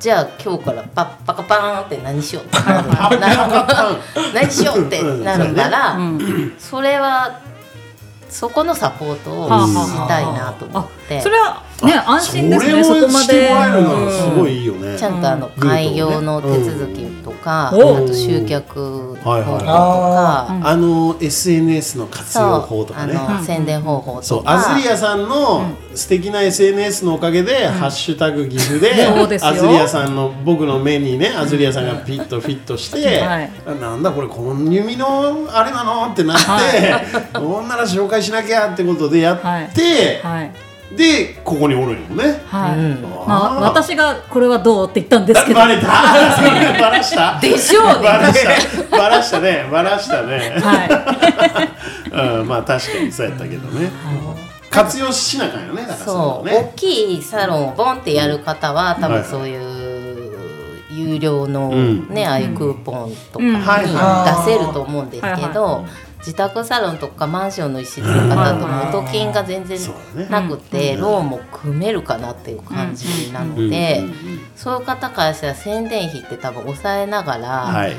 [SPEAKER 5] じゃあ今日からパッパカパーンって何しようってなる
[SPEAKER 1] あ
[SPEAKER 5] な何しようってなるから、
[SPEAKER 2] うん
[SPEAKER 5] それはそこのサポートを
[SPEAKER 2] はあはあ
[SPEAKER 5] したいなと思って、
[SPEAKER 2] あそれはね安心ですね
[SPEAKER 1] そ
[SPEAKER 2] そ
[SPEAKER 1] れ
[SPEAKER 2] こ
[SPEAKER 1] を
[SPEAKER 2] ま
[SPEAKER 1] して
[SPEAKER 2] で
[SPEAKER 1] もらえるの
[SPEAKER 2] う
[SPEAKER 1] は
[SPEAKER 2] ん
[SPEAKER 1] すごいいいよね
[SPEAKER 5] ちゃんとあの
[SPEAKER 1] ルートをね
[SPEAKER 5] 開業の手続き
[SPEAKER 2] う
[SPEAKER 5] とか、
[SPEAKER 2] ん
[SPEAKER 5] あと集客方法とか、
[SPEAKER 1] はいはいあの SNS の活用法とかね
[SPEAKER 5] そうあの宣伝方法
[SPEAKER 1] そう
[SPEAKER 5] とか
[SPEAKER 1] アズリアさんの素敵な SNS のおかげで「ハッシュタグ岐阜で」
[SPEAKER 2] そうですよ
[SPEAKER 1] アズリアさんの僕の目にねアズリアさんがピッとフィットして
[SPEAKER 2] はい
[SPEAKER 1] 「なんだこれこの弓のあれなの?」ってなって「こんなら紹介しなきゃ」ってことでやって
[SPEAKER 2] はい
[SPEAKER 1] でここにおるんよね。
[SPEAKER 2] はい、ま
[SPEAKER 1] あ
[SPEAKER 2] あ
[SPEAKER 1] ー
[SPEAKER 2] 私がこれはどうって言ったんですけど
[SPEAKER 1] バレた バラした
[SPEAKER 2] でしょうね
[SPEAKER 1] バラしたバラしたねバラしたね。
[SPEAKER 2] は
[SPEAKER 1] うん、まあ確かにそうやったけどね、活用しなあかんよねだから
[SPEAKER 5] そ、
[SPEAKER 1] そうう
[SPEAKER 5] 大
[SPEAKER 1] ね
[SPEAKER 5] きいサロンをボンってやる方は多
[SPEAKER 1] はい
[SPEAKER 5] 分そういう有料の
[SPEAKER 1] ん
[SPEAKER 5] ね、ああいうクーポンとか
[SPEAKER 2] うん
[SPEAKER 5] に
[SPEAKER 1] はい
[SPEAKER 6] はい
[SPEAKER 5] 出せると思うんですけど自宅サロンとかマンションの一室の方と元金が全然
[SPEAKER 1] そうだね
[SPEAKER 5] なくてローンも組めるかなっていう感じなので
[SPEAKER 1] うんうんうん
[SPEAKER 5] そういう方からしたら宣伝費って多分抑えなが
[SPEAKER 1] は
[SPEAKER 5] ら
[SPEAKER 1] い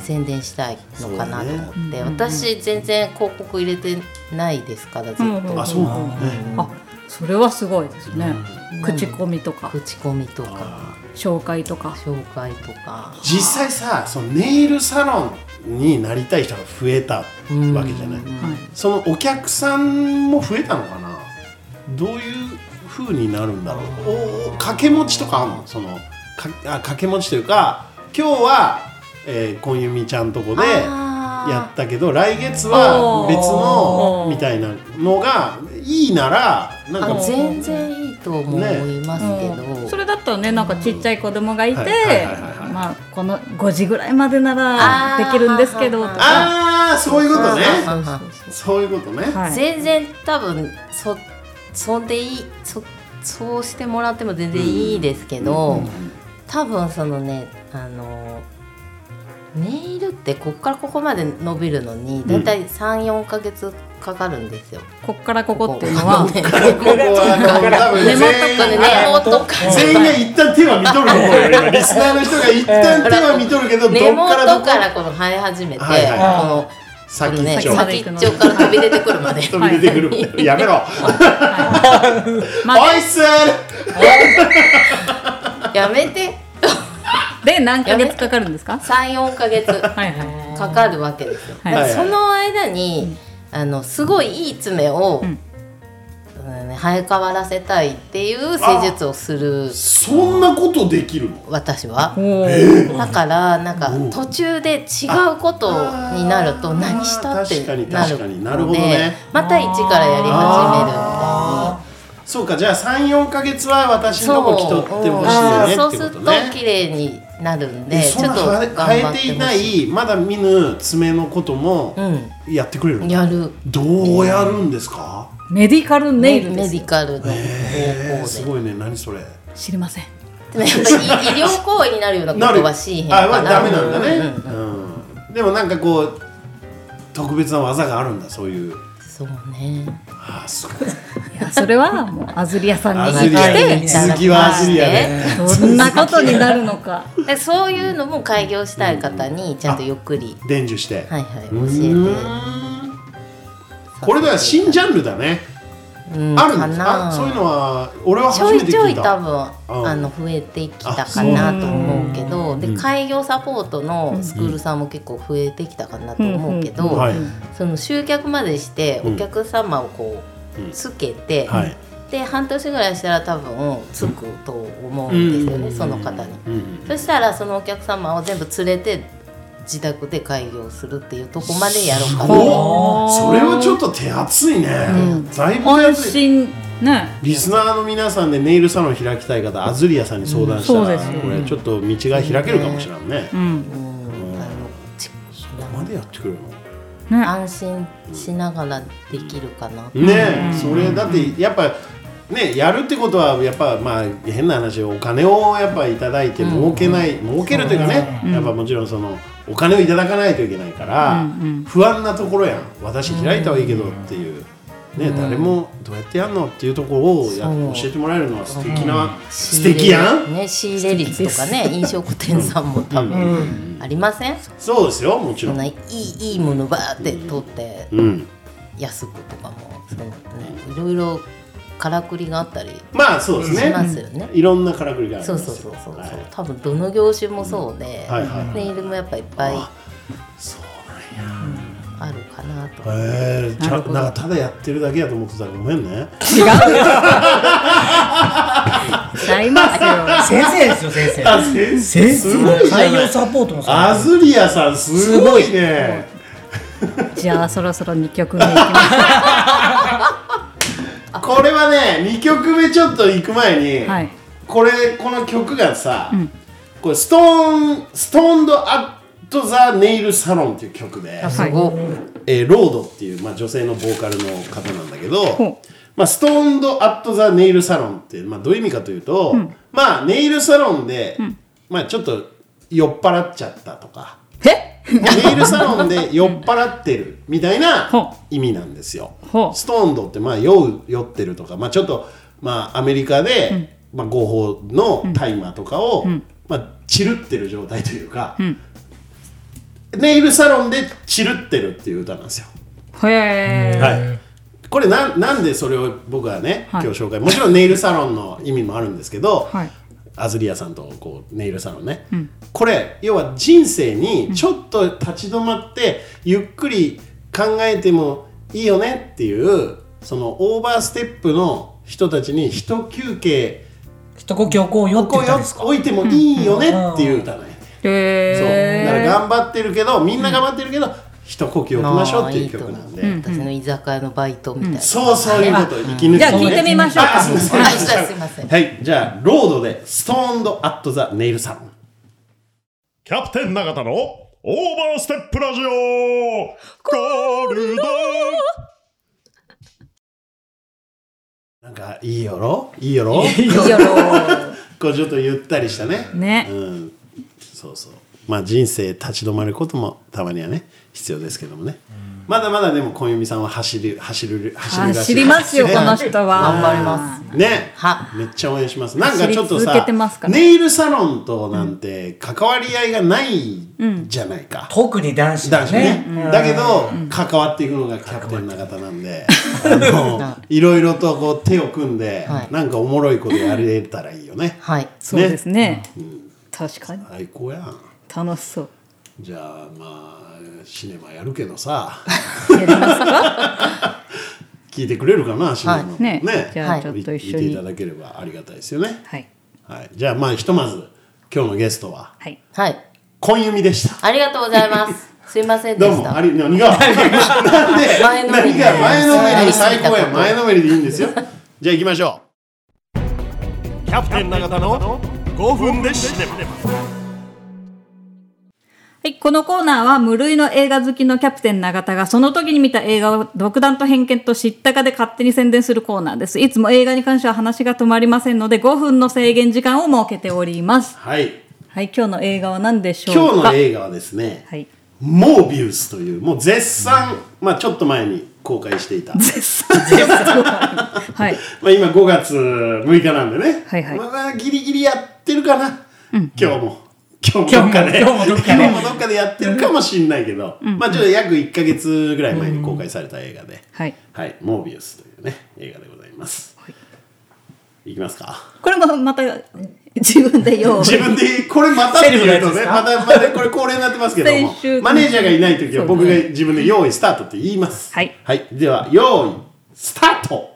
[SPEAKER 5] 宣伝したいのかなと思っ
[SPEAKER 2] そうだ
[SPEAKER 5] て
[SPEAKER 2] ね
[SPEAKER 5] 私全然広告入れてないですからず
[SPEAKER 2] い、う
[SPEAKER 5] っ
[SPEAKER 2] ん
[SPEAKER 5] と。
[SPEAKER 1] あそうなのね
[SPEAKER 2] あそれはすごいですね、口コミとか
[SPEAKER 5] 口コミとか
[SPEAKER 2] 紹介とか
[SPEAKER 5] 紹介とか
[SPEAKER 1] 実際さそのネイルサロンになりたい人が増えたわけじゃない、そのお客さんも増えたのかなどういう風になるんだろうおお掛け持ちとかあんのそのかあ掛け持ちというか今日は、えー、今由美ちゃんとこでやったけど来月は別の
[SPEAKER 2] おー
[SPEAKER 1] みたいなのがいいならなんか
[SPEAKER 5] あ
[SPEAKER 1] もう
[SPEAKER 5] 全然いいと思いますけど、
[SPEAKER 2] それだったらねなんかちっちゃい子供がいて
[SPEAKER 1] はいはいはいはいはい
[SPEAKER 2] まあこの5時ぐらいまでなら
[SPEAKER 5] あ
[SPEAKER 2] で
[SPEAKER 5] ー
[SPEAKER 2] きるんですけどとか
[SPEAKER 1] ああそういうことね
[SPEAKER 5] そうそう
[SPEAKER 1] そういうことね、
[SPEAKER 2] はい
[SPEAKER 5] 全然多分そそんでいいそそうしてもらっても全然いいですけど、多分そのねあのネイルってこっからここまで伸びるのにだいたい34か月かかるんですよ。
[SPEAKER 2] こっからここっていうのは
[SPEAKER 5] ここ
[SPEAKER 1] ここはあの多分
[SPEAKER 2] 根元
[SPEAKER 1] 全員
[SPEAKER 2] から
[SPEAKER 1] が
[SPEAKER 5] 根元とか
[SPEAKER 1] 全員が一旦手は見とると思うよ今リスナーの人が一旦手は見とるけどど
[SPEAKER 5] 根
[SPEAKER 1] っからど
[SPEAKER 5] 元
[SPEAKER 1] こ
[SPEAKER 5] からこの生え始めて、
[SPEAKER 1] はいはい
[SPEAKER 6] はい
[SPEAKER 5] このこ
[SPEAKER 1] 先
[SPEAKER 5] のね
[SPEAKER 1] っちょ
[SPEAKER 2] まで
[SPEAKER 5] 先っちょから飛び出てくるま で。
[SPEAKER 1] 飛び出てくるみたいなやめろ
[SPEAKER 2] ま
[SPEAKER 1] おいっすー
[SPEAKER 5] やめて
[SPEAKER 2] で何ヶ月かかるんですか
[SPEAKER 5] 34ヶ月か
[SPEAKER 2] はいはい
[SPEAKER 5] かるわけですよ。
[SPEAKER 2] はい
[SPEAKER 5] だからその間に、あのすごいいい爪を、
[SPEAKER 2] うん
[SPEAKER 5] うんね生え変わらせたいっていう施術をする
[SPEAKER 1] そんなことできるの
[SPEAKER 5] 私は。
[SPEAKER 2] おー
[SPEAKER 5] だからなんか途中で違うことになると
[SPEAKER 1] あ
[SPEAKER 5] 何したって
[SPEAKER 1] 確かに
[SPEAKER 5] な
[SPEAKER 1] 確
[SPEAKER 5] る
[SPEAKER 1] かになるほ
[SPEAKER 5] の
[SPEAKER 1] ど
[SPEAKER 5] で
[SPEAKER 1] ね
[SPEAKER 5] また一からやり始めるみたいに。
[SPEAKER 6] あ
[SPEAKER 1] そうかじゃあ34か月は私
[SPEAKER 5] そ
[SPEAKER 1] の
[SPEAKER 5] う
[SPEAKER 1] とこ着とってほしいよね
[SPEAKER 5] うんそう
[SPEAKER 1] って
[SPEAKER 5] す
[SPEAKER 1] こ
[SPEAKER 5] る
[SPEAKER 1] と
[SPEAKER 5] と
[SPEAKER 1] ね
[SPEAKER 5] 綺麗になるん
[SPEAKER 1] え
[SPEAKER 5] で、
[SPEAKER 1] そん
[SPEAKER 5] ちょ
[SPEAKER 1] な
[SPEAKER 5] っと頑
[SPEAKER 1] 生え
[SPEAKER 5] 張
[SPEAKER 1] 生え
[SPEAKER 5] っ
[SPEAKER 1] て
[SPEAKER 5] て
[SPEAKER 1] い
[SPEAKER 5] ほ
[SPEAKER 1] な
[SPEAKER 5] しい。
[SPEAKER 1] いまだ見ぬ爪のことも
[SPEAKER 5] う
[SPEAKER 1] やってくれるの、
[SPEAKER 5] ん、やる。
[SPEAKER 1] どうやるんですか、
[SPEAKER 2] メディカルネイルで
[SPEAKER 5] メ
[SPEAKER 2] す
[SPEAKER 5] デ
[SPEAKER 2] よ
[SPEAKER 5] ィカルの方法
[SPEAKER 1] えー、す
[SPEAKER 5] で。
[SPEAKER 1] ごいね何それ
[SPEAKER 2] 知りません
[SPEAKER 5] でもやっぱり医医療行為になるようなことはしいへん
[SPEAKER 1] あま
[SPEAKER 5] か
[SPEAKER 1] あ
[SPEAKER 5] ら。
[SPEAKER 1] ダメなんだね、う
[SPEAKER 5] う
[SPEAKER 1] んでもなんかこう特別な技があるんだそういう
[SPEAKER 5] そうね。
[SPEAKER 1] あーすごい
[SPEAKER 2] いやそれはもうアズリアさんに
[SPEAKER 1] ア
[SPEAKER 2] 聞
[SPEAKER 1] ズリア
[SPEAKER 2] い
[SPEAKER 1] ね続きはアズリアで、
[SPEAKER 5] ね
[SPEAKER 2] てどんなことになるのか
[SPEAKER 5] でそういうのも開業したい方にちゃんとゆっくり、
[SPEAKER 1] 伝授して、
[SPEAKER 5] はいはい、
[SPEAKER 1] う
[SPEAKER 5] 教
[SPEAKER 1] ーんこれだから新ジャンルだね、
[SPEAKER 5] えて。うん
[SPEAKER 1] あるん
[SPEAKER 5] か
[SPEAKER 1] です
[SPEAKER 5] な
[SPEAKER 1] かそういうのは俺は
[SPEAKER 5] ちょ
[SPEAKER 1] 初
[SPEAKER 5] い
[SPEAKER 1] めて
[SPEAKER 5] ちょ
[SPEAKER 1] 聞い
[SPEAKER 5] い多
[SPEAKER 1] たうん
[SPEAKER 5] 分あの増えてきたかなと思うけどで開業サポートのスクールさんも結構増えてきたかなと思うけど、
[SPEAKER 1] はい、
[SPEAKER 5] その集客までして
[SPEAKER 1] うん
[SPEAKER 5] お客様をこ
[SPEAKER 1] うん
[SPEAKER 5] うつけて、
[SPEAKER 1] はい
[SPEAKER 5] で半年ぐらいしたら多分つくと思うんですよね、
[SPEAKER 1] うん
[SPEAKER 5] その方に。
[SPEAKER 1] うんうん
[SPEAKER 5] そしたらそのお客様を全部連れて自宅で開業するっていうとこまでやろうかな
[SPEAKER 1] おそれはちょっと手厚いね、だいぶ手
[SPEAKER 2] 安
[SPEAKER 1] 厚い
[SPEAKER 2] 心ね
[SPEAKER 1] リスナーの皆さんでネイルサロン開きたい方アズリアさんに相談した
[SPEAKER 2] うんそ
[SPEAKER 1] ら、
[SPEAKER 2] うですよ
[SPEAKER 1] これちょっと道が開けるかもしれないね、
[SPEAKER 2] うん
[SPEAKER 5] うんあのち
[SPEAKER 1] そこまでやってくれるの
[SPEAKER 2] ね
[SPEAKER 5] 安心しながらできるかな。
[SPEAKER 1] ねえそれだってやっぱねやるってことはやっぱまあ変な話お金をやっぱいただいて儲けない、儲けるというかね、やっぱもちろんそのお金をいただかないといけないから、不安なところやん私開いたはいいけどっていう、ね誰もどうやってやんのっていうところをや
[SPEAKER 5] そう
[SPEAKER 1] 教えてもらえるのは素敵な、素
[SPEAKER 5] 仕入れ
[SPEAKER 1] 敵やん
[SPEAKER 5] ね、仕入れ率とかね飲食店さんも多分ありません、
[SPEAKER 1] そうですよもち
[SPEAKER 5] そ
[SPEAKER 1] ろ
[SPEAKER 5] ん
[SPEAKER 1] ん、
[SPEAKER 5] ないいいいものばーって取って
[SPEAKER 1] うん、
[SPEAKER 5] 安くとかもその、ね、いろいろからくりがあったり
[SPEAKER 1] まあそうですね
[SPEAKER 5] しますよね。
[SPEAKER 1] いろんなからくりがあり
[SPEAKER 5] そ
[SPEAKER 1] ま
[SPEAKER 5] う
[SPEAKER 1] す
[SPEAKER 5] そ
[SPEAKER 1] よ
[SPEAKER 5] うそうそう、
[SPEAKER 1] はい
[SPEAKER 5] 多分どの業種もそうで、
[SPEAKER 1] はいはいはい
[SPEAKER 5] ネイルもやっぱいっぱい
[SPEAKER 1] そう
[SPEAKER 5] あるかなと、
[SPEAKER 1] えー、ちゃなんかただやってるだけやと思ってたらごめんね
[SPEAKER 2] ちゃいますよ
[SPEAKER 6] ー先生ですよ先生。先
[SPEAKER 1] す
[SPEAKER 6] 生
[SPEAKER 1] ごいじゃない
[SPEAKER 6] 採用サポートも
[SPEAKER 1] ア
[SPEAKER 6] さ。
[SPEAKER 1] ズリアさんすごいね
[SPEAKER 2] じゃあそろそろ2曲目いきます
[SPEAKER 1] これはね2曲目ちょっと行く前に、
[SPEAKER 2] はい
[SPEAKER 1] これこの曲がさ、これストーン「ストーンド・アット・ザ・ネイル・サロン」っていう曲で、
[SPEAKER 5] すごっ
[SPEAKER 1] えーロードっていう、まあ、女性のボーカルの方なんだけど
[SPEAKER 2] ほ、
[SPEAKER 1] まあ、ストーンド・アット・ザ・ネイル・サロンって、まあ、どういう意味かというと、まあネイルサロンで、まあ、ちょっと酔っ払っちゃったとか。
[SPEAKER 2] え
[SPEAKER 1] ネイルサロンで酔っ払ってるみたいな
[SPEAKER 2] ほ
[SPEAKER 1] 意味なんですよ。
[SPEAKER 2] ほう
[SPEAKER 1] ストーンドってまあ酔う酔ってるとか、まあ、ちょっと、まあ、アメリカで、まあ、合法の大麻とかを、まあ、チルってる状態というか、ネイルサロンでチルってるっていう歌なんですよ。
[SPEAKER 2] へー
[SPEAKER 1] はい、これなんなんでそれを僕はね、
[SPEAKER 2] はい
[SPEAKER 1] 今日紹介もちろんネイルサロンの意味もあるんですけど、
[SPEAKER 2] はい
[SPEAKER 1] アズリアさんとこうネイルサロンね、これ要は人生にちょっと立ち止まって、ゆっくり考えてもいいよねっていうそのオーバーステップの人たちに一休憩
[SPEAKER 6] 一呼吸をこうよって
[SPEAKER 1] こ
[SPEAKER 6] 言
[SPEAKER 1] う
[SPEAKER 6] ったん
[SPEAKER 1] よ
[SPEAKER 6] ですか。
[SPEAKER 1] 置いてもいいよねっていう歌だよね。そうだから
[SPEAKER 2] へ
[SPEAKER 1] 頑張ってるけどみんな頑張ってるけど、一呼吸置きましょうっていう曲なんで。
[SPEAKER 5] まあいいと思う私の居酒屋のバイトみたいな、
[SPEAKER 1] そうそういうこと息抜きね
[SPEAKER 2] じゃあ聞いてみましょうか
[SPEAKER 1] あすいま せん
[SPEAKER 5] はいすいません
[SPEAKER 1] はいじゃあロードでストーンドアットザネイルサロン
[SPEAKER 4] キャプテン永田のオーバーステップラジオゴールド
[SPEAKER 1] なんかいいよろいいよろ
[SPEAKER 2] ーいいよろ
[SPEAKER 1] こうちょっとゆったりしたね
[SPEAKER 2] ね
[SPEAKER 1] うんそうそうまあ、人生立ち止まることもたまにはね必要ですけどもねまだまだでも小弓さんは走る走る走るらしい
[SPEAKER 2] 走りますよ、この人は。
[SPEAKER 5] 頑張ります。
[SPEAKER 1] ね
[SPEAKER 5] は
[SPEAKER 1] めっちゃ応援しますなんかちょっと
[SPEAKER 2] 走り続
[SPEAKER 1] さ
[SPEAKER 2] けてますから
[SPEAKER 1] ネイルサロンとなんて関わり合いがないじゃないか、
[SPEAKER 6] 特に男子
[SPEAKER 1] 男
[SPEAKER 6] だ
[SPEAKER 1] 子
[SPEAKER 6] ね
[SPEAKER 1] ね。だけど、関わっていくのがキャプテン永田なんで、あのいろいろとこう手を組んで、
[SPEAKER 5] はい
[SPEAKER 1] なんかおもろいことやれたらいいよね。
[SPEAKER 5] はい。
[SPEAKER 2] そうですね。確かに
[SPEAKER 1] 最高やん。
[SPEAKER 2] 楽しそう。
[SPEAKER 1] じゃあまあシネマやるけどさ、
[SPEAKER 2] やります か？
[SPEAKER 1] 聞いてくれるかなシネマも、
[SPEAKER 5] は
[SPEAKER 2] ね
[SPEAKER 1] ね。
[SPEAKER 2] じゃ
[SPEAKER 5] は
[SPEAKER 2] あ
[SPEAKER 5] い
[SPEAKER 2] ちょっ
[SPEAKER 1] 見
[SPEAKER 2] と
[SPEAKER 1] て
[SPEAKER 2] 一緒に
[SPEAKER 1] いた。だければありがたいですよね。
[SPEAKER 2] はい
[SPEAKER 1] はい。じゃあまあひとまず今日のゲストは
[SPEAKER 2] はい。
[SPEAKER 5] はい。
[SPEAKER 1] 今弓でした。
[SPEAKER 5] ありがとうございます。すいませんで
[SPEAKER 1] どう
[SPEAKER 5] した。
[SPEAKER 1] もあり何がなんで
[SPEAKER 5] 前のめ
[SPEAKER 1] 何
[SPEAKER 5] りで
[SPEAKER 1] が前のめりで最高
[SPEAKER 5] やりすぎた
[SPEAKER 1] や
[SPEAKER 5] こと
[SPEAKER 1] 前のめりでいいんですよ。じゃあ行きましょう。
[SPEAKER 4] キャプテン永田の5分でシネマ
[SPEAKER 2] はい、このコーナーは無類の映画好きのキャプテン永田がその時に見た映画を独断と偏見と知ったかで勝手に宣伝するコーナーです。いつも映画に関しては話が止まりませんので5分の制限時間を設けております。
[SPEAKER 1] はい。
[SPEAKER 2] はい、今日の映画は何でしょうか
[SPEAKER 1] 今日の映画はですね、
[SPEAKER 2] はい。
[SPEAKER 1] モービウスというもう絶賛、まあちょっと前に公開していた、ま
[SPEAKER 2] は
[SPEAKER 1] あ、
[SPEAKER 2] い。
[SPEAKER 1] 今5月6日なんでね、
[SPEAKER 2] はいはい
[SPEAKER 1] まあギリギリやってるかな、今日も今日
[SPEAKER 6] 今
[SPEAKER 1] もどっ
[SPEAKER 6] 日
[SPEAKER 1] か
[SPEAKER 6] も
[SPEAKER 1] で
[SPEAKER 6] 今日もどっかで
[SPEAKER 1] 今日もどっかでやってるかもしんないけど、まあちょっと約1か月ぐらい前に公開された映画で、
[SPEAKER 2] はい。
[SPEAKER 1] はいモービウスというね映画でございます、い、きますか
[SPEAKER 2] これもまた自分で用意。
[SPEAKER 1] 自分でこれまたって言うと
[SPEAKER 6] セ
[SPEAKER 1] ね
[SPEAKER 6] ルフ
[SPEAKER 1] またまたこれ恒例になってますけども
[SPEAKER 2] 先週
[SPEAKER 1] マネージャーがいない時は僕
[SPEAKER 2] そう
[SPEAKER 1] が自分で「用意スタート」って言います
[SPEAKER 2] はい
[SPEAKER 1] では用意スタート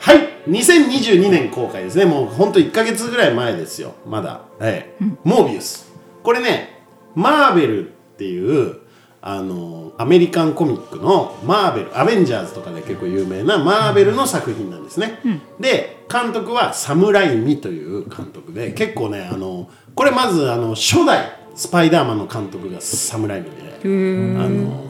[SPEAKER 1] はい2022年公開ですねもうほんと1か月ぐらい前ですよまだ、はいモービウスこれねマーベルっていうあのアメリカンコミックのマーベルアベンジャーズとかで結構有名なマーベルの作品なんですね、で監督はサムライミという監督で結構ねあのこれまずあの初代スパイダーマンの監督がサムライミで、あの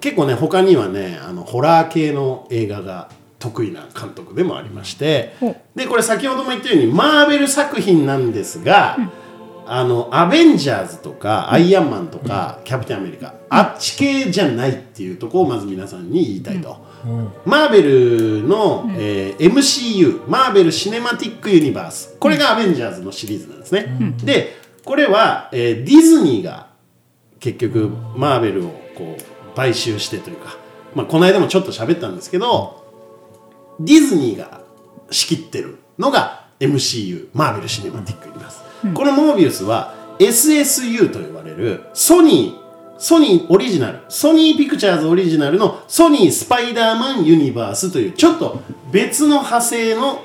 [SPEAKER 1] 結構ね他にはねあのホラー系の映画が得意な監督でもありまして、でこれ先ほども言ったようにマーベル作品なんですが、あのアベンジャーズとかアイアンマンとか、キャプテンアメリカあっち系じゃないっていうところをまず皆さんに言いたいと。マーベルの、えー MCU マーベル・シネマティック・ユニバースこれがアベンジャーズのシリーズなんですね、でこれは、えーディズニーが結局マーベルをこう買収してというか、まあ、この間もちょっと喋ったんですけどディズニーが仕切ってるのが MCU マーベル・シネマティック・ユニバース、このモービウスは SSU と呼ばれるソニーソニーオリジナルソニーピクチャーズオリジナルのソニースパイダーマンユニバースというちょっと別の派生の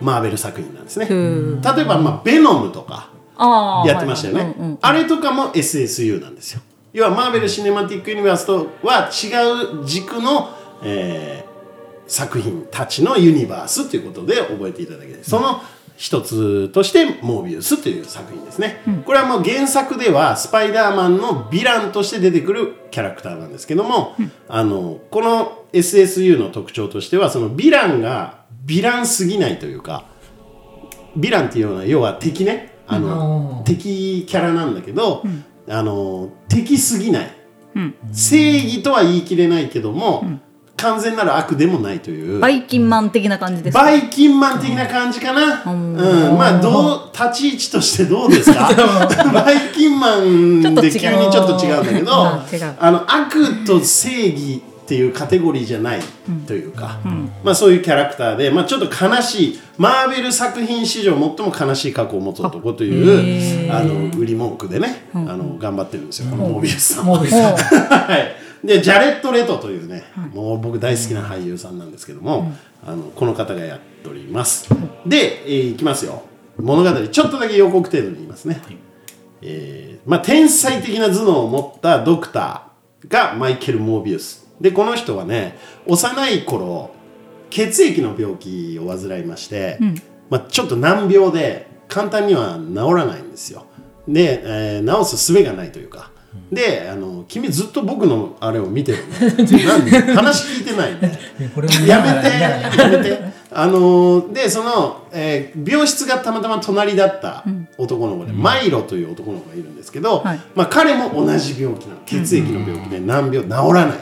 [SPEAKER 1] マーベル作品なんですね例えば、まあ、ベノムとか
[SPEAKER 2] ああ。
[SPEAKER 1] やってましたよね、
[SPEAKER 2] はいはいうんうん
[SPEAKER 1] あれとかも SSU なんですよ要はマーベル・シネマティック・ユニバースとは違う軸の、えー作品たちのユニバースということで覚えていただけてその一つとして「モービウス」という作品ですね、これはもう原作ではスパイダーマンのヴィランとして出てくるキャラクターなんですけども、あのこの SSU の特徴としてはそのヴィランがヴィランすぎないというかヴィランっていうのは要は敵ねあの、敵キャラなんだけど、あの敵すぎない、正義とは言い切れないけども、完全なる悪でもないという
[SPEAKER 2] バイキンマン的な感じですか。
[SPEAKER 1] バイキンマン的な感じかな、うんまあどう立ち位置としてどう ですかバイキンマンで急にちょっと違うんだけど
[SPEAKER 2] あー違う
[SPEAKER 1] あの悪と正義っていうカテゴリーじゃないというか、まあ、そういうキャラクターで、まあ、ちょっと悲しいマーベル作品史上最も悲しい過去を持つ男というあの売り文句でね、あの頑張ってるんですよこのモービウスさんは
[SPEAKER 6] もうさ
[SPEAKER 1] はい、でジャレット・レトというね、もう僕大好きな俳優さんなんですけども、あのこの方がやっております、で、えーいきますよ物語ちょっとだけ予告程度に言いますね、えーまあ、天才的な頭脳を持ったドクターがマイケル・モービウスでこの人はね幼い頃血液の病気を患いまして、まあ、ちょっと難病で簡単には治らないんですよで、えー治す術がないというかであの君ずっと僕のあれを見てるのなんで話聞いてないんで
[SPEAKER 6] これも
[SPEAKER 1] やめてやめてあのーでその、えー病室がたまたま隣だった男の子で、マイロという男の子がいるんですけど、
[SPEAKER 2] はい
[SPEAKER 1] まあ、彼も同じ病気なの血液の病気で難病治らない、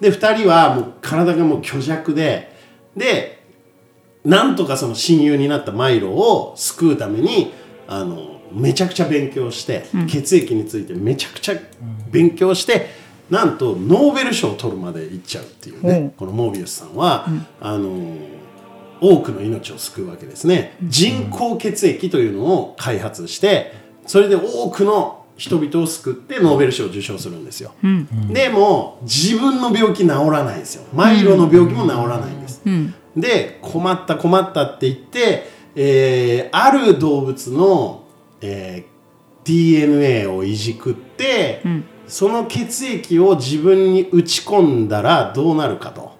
[SPEAKER 1] で2人はもう体がもう虚弱ででなんとかその親友になったマイロを救うためにあのめちゃくちゃ勉強して、血液についてめちゃくちゃ勉強してなんとノーベル賞を取るまでいっちゃうっていうね、
[SPEAKER 2] うん
[SPEAKER 1] このモービウスさんは、あの多くの命を救うわけですね人工血液というのを開発してそれで多くの人々を救ってノーベル賞を受賞するんですよ、でも自分の病気治らないんですよマイロの病気も治らないんです、
[SPEAKER 2] うん
[SPEAKER 1] で困った困ったって言って、えーある動物の、えー DNA をいじくって、
[SPEAKER 2] ん
[SPEAKER 1] その血液を自分に打ち込んだらどうなるかと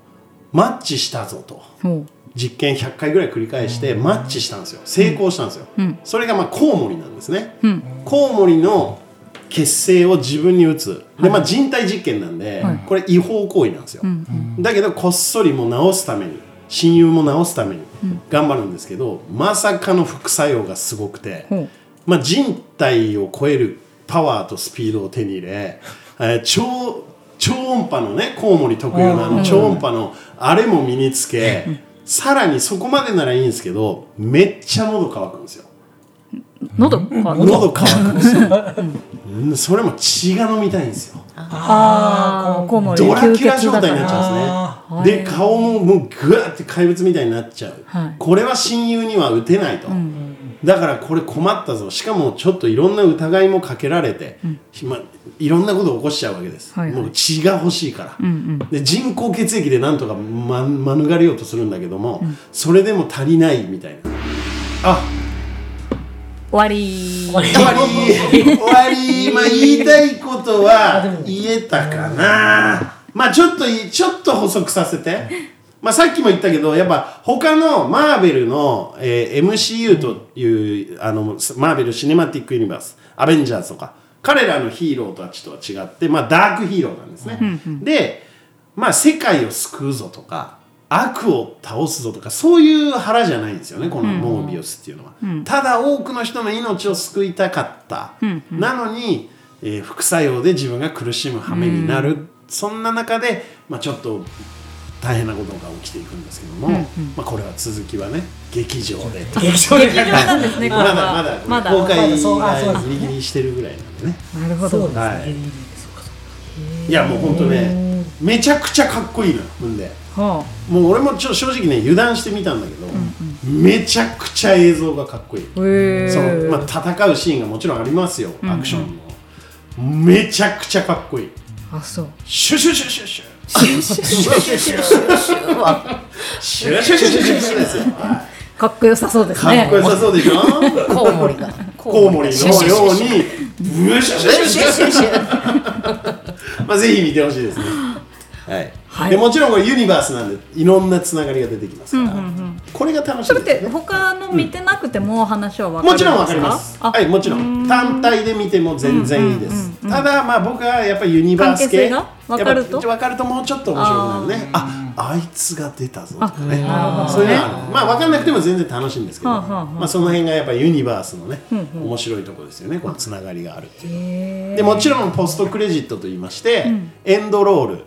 [SPEAKER 1] マッチしたぞと
[SPEAKER 2] ほ
[SPEAKER 1] 実験100回ぐらい繰り返してマッチしたんですよ成功したんですよ、
[SPEAKER 2] うん
[SPEAKER 1] それがまあコウモリなんですね、
[SPEAKER 2] ううん
[SPEAKER 1] コウモリの血清を自分に打つで、まあ、人体実験なんで、これ違法行為なんですよ、
[SPEAKER 2] うん
[SPEAKER 1] だけどこっそりもう治すために親友も治すために頑張るんですけど、まさかの副作用がすごくて、
[SPEAKER 2] ほう
[SPEAKER 1] まあ、人体を超えるパワーとスピードを手に入れ、 えー超超音波のねコウモリ特有のあの超音波のあれも身につけ、さらにそこまでならいいんですけどめっちゃ喉乾くんですよ。
[SPEAKER 2] 喉か
[SPEAKER 1] 喉乾くんですようんそれも血が飲みたいんですよ
[SPEAKER 2] ああコウモリ
[SPEAKER 1] ドラキュラ
[SPEAKER 2] 吸
[SPEAKER 1] 状
[SPEAKER 2] 血だか
[SPEAKER 1] 態になっち
[SPEAKER 2] ら
[SPEAKER 1] ゃうん
[SPEAKER 2] あー
[SPEAKER 1] ですねで顔ももうグワーって怪物みたいになっちゃう、
[SPEAKER 2] はい
[SPEAKER 1] これは親友には打てないと、だからこれ困ったぞしかもちょっといろんな疑いもかけられて、まいろんなことを起こしちゃうわけです、
[SPEAKER 2] はいはい
[SPEAKER 1] もう血が欲しいから、
[SPEAKER 2] うん
[SPEAKER 1] で人工血液でなんとか、ま、免れようとするんだけども、それでも足りないみたいなあ
[SPEAKER 2] 終わり
[SPEAKER 1] 終わり終わりまあ言いたいことは言えたかなまあちょっといちょっと補足させてまあさっきも言ったけどやっぱ他のマーベルの、えー MCU というあのマーベル・シネマティック・ユニバースアベンジャーズとか彼らのヒーローたちとは違ってまあダークヒーローなんですね、でまあ世界を救うぞとか悪を倒すぞとかそういう腹じゃないんですよねこのモービウスっていうのは、ただ多くの人の命を救いたかった、なのに、えー副作用で自分が苦しむ羽目になる、そんな中で、まあ、ちょっと大変なことが起きていくんですけども、まあ、これは続きはね劇場で
[SPEAKER 6] 劇場で
[SPEAKER 2] 劇場なんですねこ
[SPEAKER 1] ま
[SPEAKER 2] れ
[SPEAKER 1] だ
[SPEAKER 2] は
[SPEAKER 1] ま
[SPEAKER 2] ま
[SPEAKER 1] だ
[SPEAKER 2] だ
[SPEAKER 1] 公開
[SPEAKER 6] まだそうあそう
[SPEAKER 1] は
[SPEAKER 6] です
[SPEAKER 1] ギ
[SPEAKER 6] ね
[SPEAKER 1] リギリしてるぐらいなんでね
[SPEAKER 2] なるほ
[SPEAKER 6] そう
[SPEAKER 2] ど
[SPEAKER 6] です
[SPEAKER 1] は
[SPEAKER 6] ねギ
[SPEAKER 1] い
[SPEAKER 6] リギリそうかそうか
[SPEAKER 1] いやもうほんとねめちゃくちゃかっこいいのよほんで。
[SPEAKER 2] ほ
[SPEAKER 1] もう俺もちょ正直ね油断してみたんだけど、めちゃくちゃ映像がかっこいい、
[SPEAKER 2] うへえ
[SPEAKER 1] そのまあ、戦うシーンがもちろんありますよアクションも、めちゃくちゃかっこいい
[SPEAKER 2] あそう
[SPEAKER 1] シュシュシュシュシュ
[SPEAKER 5] は
[SPEAKER 1] シュシュシュシュシュシュですよは
[SPEAKER 2] かっこよさそうで
[SPEAKER 1] い
[SPEAKER 2] す
[SPEAKER 1] かっ
[SPEAKER 2] ね
[SPEAKER 1] こよさそうでしょ
[SPEAKER 5] コウモリが
[SPEAKER 1] コウモリのようにブシュシュシュシュシュまあ、ぜひ見てほしいですね。 はい
[SPEAKER 2] はい
[SPEAKER 1] でもちろんこれユニバースなんでいろんなつながりが出てきますから、これが楽し
[SPEAKER 2] そ
[SPEAKER 1] い
[SPEAKER 2] れ
[SPEAKER 1] で
[SPEAKER 2] っ
[SPEAKER 1] す、
[SPEAKER 2] て他の見てなくても話はわかる
[SPEAKER 1] もちろんわかります。
[SPEAKER 2] あ
[SPEAKER 1] はい、もちろん単体で見ても全然いいです。ただまあ僕はやっぱりユニバース系
[SPEAKER 2] 関係性がわかると
[SPEAKER 1] やっぱわかるともうちょっと面白くなるね。あ、あいつが出たぞとかね。そういうのはあるまあわかんなくても全然楽しいんですけど、
[SPEAKER 2] はあはあはあ
[SPEAKER 1] まあその辺がやっぱりユニバースのね、面白いところですよね。このつながりがあるっていう。でもちろんポストクレジットと言いまして、エンドロー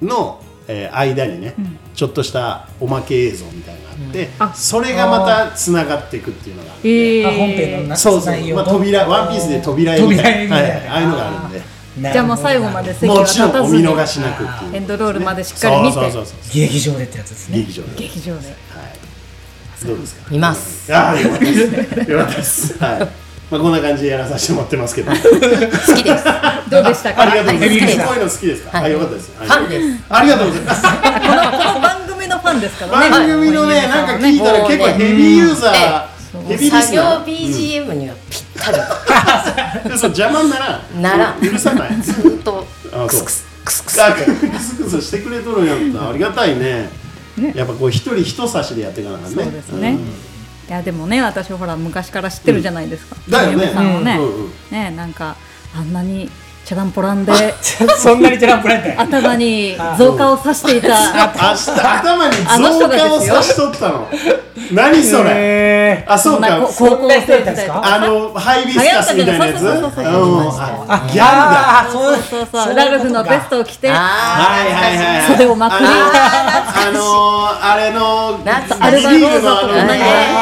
[SPEAKER 1] ルの、えー間にね、ちょっとしたおまけ映像みたいなのがあって、
[SPEAKER 2] あ
[SPEAKER 1] それがまたつながっていくっていうのがあるんで
[SPEAKER 2] ええ
[SPEAKER 6] あ本編のな
[SPEAKER 1] そうそう
[SPEAKER 6] 内、容
[SPEAKER 1] まあ、
[SPEAKER 6] の
[SPEAKER 1] 扉ワンピースで扉絵みたいな
[SPEAKER 6] 扉絵み
[SPEAKER 1] は
[SPEAKER 6] たい
[SPEAKER 1] い
[SPEAKER 6] な
[SPEAKER 1] ああいうのがあるん
[SPEAKER 6] なるほど
[SPEAKER 2] じゃあもう最後まで
[SPEAKER 1] で
[SPEAKER 2] 席は
[SPEAKER 1] もち
[SPEAKER 2] 立
[SPEAKER 1] ろんお
[SPEAKER 2] たず
[SPEAKER 1] 見
[SPEAKER 2] に
[SPEAKER 1] 逃しなくっていう
[SPEAKER 2] エンドロールまでしっかり
[SPEAKER 1] そう
[SPEAKER 2] 見
[SPEAKER 1] そうそう
[SPEAKER 2] て
[SPEAKER 1] そう
[SPEAKER 6] 劇場でってやつ ですね
[SPEAKER 1] 劇場で
[SPEAKER 2] 劇場で
[SPEAKER 1] はいどうですか
[SPEAKER 5] います
[SPEAKER 1] ああよかったですよかったですはいまあこんな感じでやらさせてもらってますけどありが
[SPEAKER 5] 好きです
[SPEAKER 2] どうでしたか
[SPEAKER 1] とうございます
[SPEAKER 5] はい好きです
[SPEAKER 1] こういうの好きですか
[SPEAKER 5] はい
[SPEAKER 1] あよかったですはい
[SPEAKER 5] ファンです
[SPEAKER 1] ありがとうございます
[SPEAKER 2] この番組のファンですからね
[SPEAKER 1] 番組のねなんか聞いたら結構ヘビーユーザーヘビーリ
[SPEAKER 5] 作
[SPEAKER 1] ス
[SPEAKER 5] 業
[SPEAKER 1] ナー
[SPEAKER 5] BGM にはぴったり
[SPEAKER 1] でそう邪魔にならん
[SPEAKER 5] ならん
[SPEAKER 1] 許さない
[SPEAKER 5] ずっと
[SPEAKER 1] あ
[SPEAKER 5] ク
[SPEAKER 1] そう
[SPEAKER 5] スクスクスクス
[SPEAKER 1] あクスクスしてくれとるんやったありがたいねやっぱこう一人一差しでやっていかなあかんね
[SPEAKER 2] そうですね、いやでもね私ほら昔から知ってるじゃないですか、
[SPEAKER 1] うんだよね
[SPEAKER 2] ゆうべさんもね,、
[SPEAKER 1] うんうんうん
[SPEAKER 2] ねなんかあんなにチャランポ ランで
[SPEAKER 6] そんなにチャランプランって。
[SPEAKER 2] 頭に増加をさしていた
[SPEAKER 1] 明日頭に
[SPEAKER 2] あの人
[SPEAKER 1] 増
[SPEAKER 2] が
[SPEAKER 1] 加を
[SPEAKER 2] ですよ
[SPEAKER 1] 差しとったの何それ
[SPEAKER 6] え
[SPEAKER 1] あそう
[SPEAKER 2] まあ
[SPEAKER 1] か
[SPEAKER 2] こ高校生時代とか
[SPEAKER 1] あのハイビスカスみたいなやつ
[SPEAKER 2] 流
[SPEAKER 1] うん
[SPEAKER 2] 行ったけどそうそうそうそう
[SPEAKER 1] あ
[SPEAKER 6] ー。
[SPEAKER 1] ギャルだ
[SPEAKER 6] あーそう
[SPEAKER 2] そうそうラルフのベストを着て
[SPEAKER 5] あ
[SPEAKER 1] はいはいはい
[SPEAKER 2] 袖をまくり
[SPEAKER 1] あのーあれの
[SPEAKER 5] 懐
[SPEAKER 1] あ
[SPEAKER 5] か
[SPEAKER 1] れ
[SPEAKER 5] し
[SPEAKER 1] の
[SPEAKER 5] い
[SPEAKER 1] リーグのあの
[SPEAKER 5] 懐かしい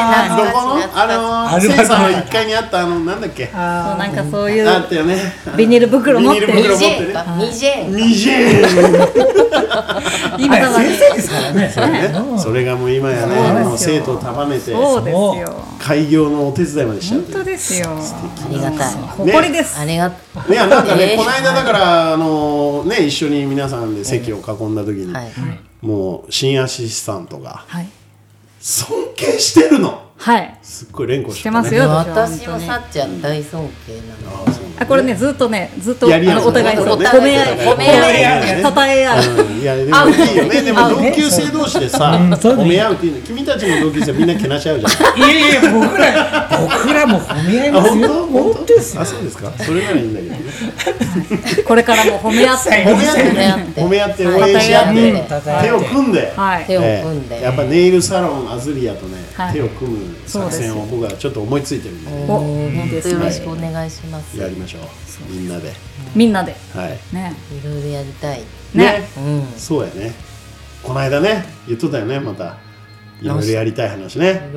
[SPEAKER 1] 何ど
[SPEAKER 5] 懐かしい
[SPEAKER 1] この
[SPEAKER 5] 懐かしい
[SPEAKER 1] あの
[SPEAKER 6] ア
[SPEAKER 1] ー
[SPEAKER 6] ルバ
[SPEAKER 1] セ
[SPEAKER 6] カ
[SPEAKER 1] ンサーの1階にあったあのなんだっけあ
[SPEAKER 2] そうなんかそういう
[SPEAKER 1] ったよね
[SPEAKER 2] ビニール袋持って
[SPEAKER 1] ビニール袋
[SPEAKER 5] 二ジ
[SPEAKER 1] 持って
[SPEAKER 5] ェン
[SPEAKER 1] ね
[SPEAKER 5] か二ジェン
[SPEAKER 1] 二ジェーン
[SPEAKER 6] 今や先生ですからね。
[SPEAKER 1] ねそれがもう今や
[SPEAKER 2] そうです
[SPEAKER 1] ね
[SPEAKER 2] よ
[SPEAKER 1] もう生徒を束めて
[SPEAKER 2] そうですよ
[SPEAKER 1] 開業のお手伝いまでしちゃう
[SPEAKER 2] 本当ですよ
[SPEAKER 5] ありがたい
[SPEAKER 2] 誇りです
[SPEAKER 5] ありが
[SPEAKER 1] ね、なんかね、
[SPEAKER 5] えー
[SPEAKER 1] この間だから、あのね、一緒に皆さんで席を囲んだ時に、
[SPEAKER 5] はい
[SPEAKER 1] もう新アシスタントが
[SPEAKER 2] はい
[SPEAKER 1] 尊敬してるの。
[SPEAKER 2] はい
[SPEAKER 1] すっごい連呼
[SPEAKER 2] し
[SPEAKER 1] してて
[SPEAKER 2] ますよ
[SPEAKER 5] 私も
[SPEAKER 2] 本当に
[SPEAKER 5] さっちゃん大尊敬なの
[SPEAKER 2] あこれねずっとねずっと
[SPEAKER 1] や
[SPEAKER 2] あ
[SPEAKER 1] り合う
[SPEAKER 2] のお互い
[SPEAKER 5] お
[SPEAKER 2] 褒
[SPEAKER 5] 互い
[SPEAKER 2] め合い
[SPEAKER 5] 褒め
[SPEAKER 1] 合い
[SPEAKER 2] たたえ合う
[SPEAKER 1] うんいやでもいいよね、でも
[SPEAKER 2] 合う
[SPEAKER 1] 同級生同士でさ、
[SPEAKER 6] うんそういうの
[SPEAKER 1] 褒
[SPEAKER 6] いい
[SPEAKER 1] め合うっていうの、君たちも同級生みんなけなし合うじゃん。
[SPEAKER 6] いやいや僕ら僕らも褒め合い
[SPEAKER 1] あ、
[SPEAKER 6] ます
[SPEAKER 1] 本
[SPEAKER 6] よ。
[SPEAKER 1] 当、
[SPEAKER 6] 本当ですよ
[SPEAKER 1] あ、。そうですか。それならいいんだけどね。
[SPEAKER 2] これからも褒め合って
[SPEAKER 1] 褒め合って
[SPEAKER 5] め合っ
[SPEAKER 1] ね
[SPEAKER 5] て、
[SPEAKER 1] 褒め合って、応援し合っ
[SPEAKER 5] う
[SPEAKER 1] て
[SPEAKER 5] ん、
[SPEAKER 1] 手を組んで。
[SPEAKER 2] はい
[SPEAKER 5] 手を組ん
[SPEAKER 1] え
[SPEAKER 5] で
[SPEAKER 1] えやっぱネイルサロンアズリアとね、
[SPEAKER 2] はい
[SPEAKER 1] 手を組む作戦を僕はちょっと思いついてるんでね、
[SPEAKER 2] おいい
[SPEAKER 5] 本
[SPEAKER 2] で
[SPEAKER 5] 当
[SPEAKER 2] す
[SPEAKER 5] よろ
[SPEAKER 2] ね
[SPEAKER 5] しくお願いしますい
[SPEAKER 1] や
[SPEAKER 5] ろ
[SPEAKER 1] りましょうみんなで
[SPEAKER 2] みんなで
[SPEAKER 1] はい
[SPEAKER 2] ね
[SPEAKER 5] いろやりたい
[SPEAKER 2] ね
[SPEAKER 5] うん
[SPEAKER 1] そうやねこの間ね言っとったよねまたいろいろやりたい話ね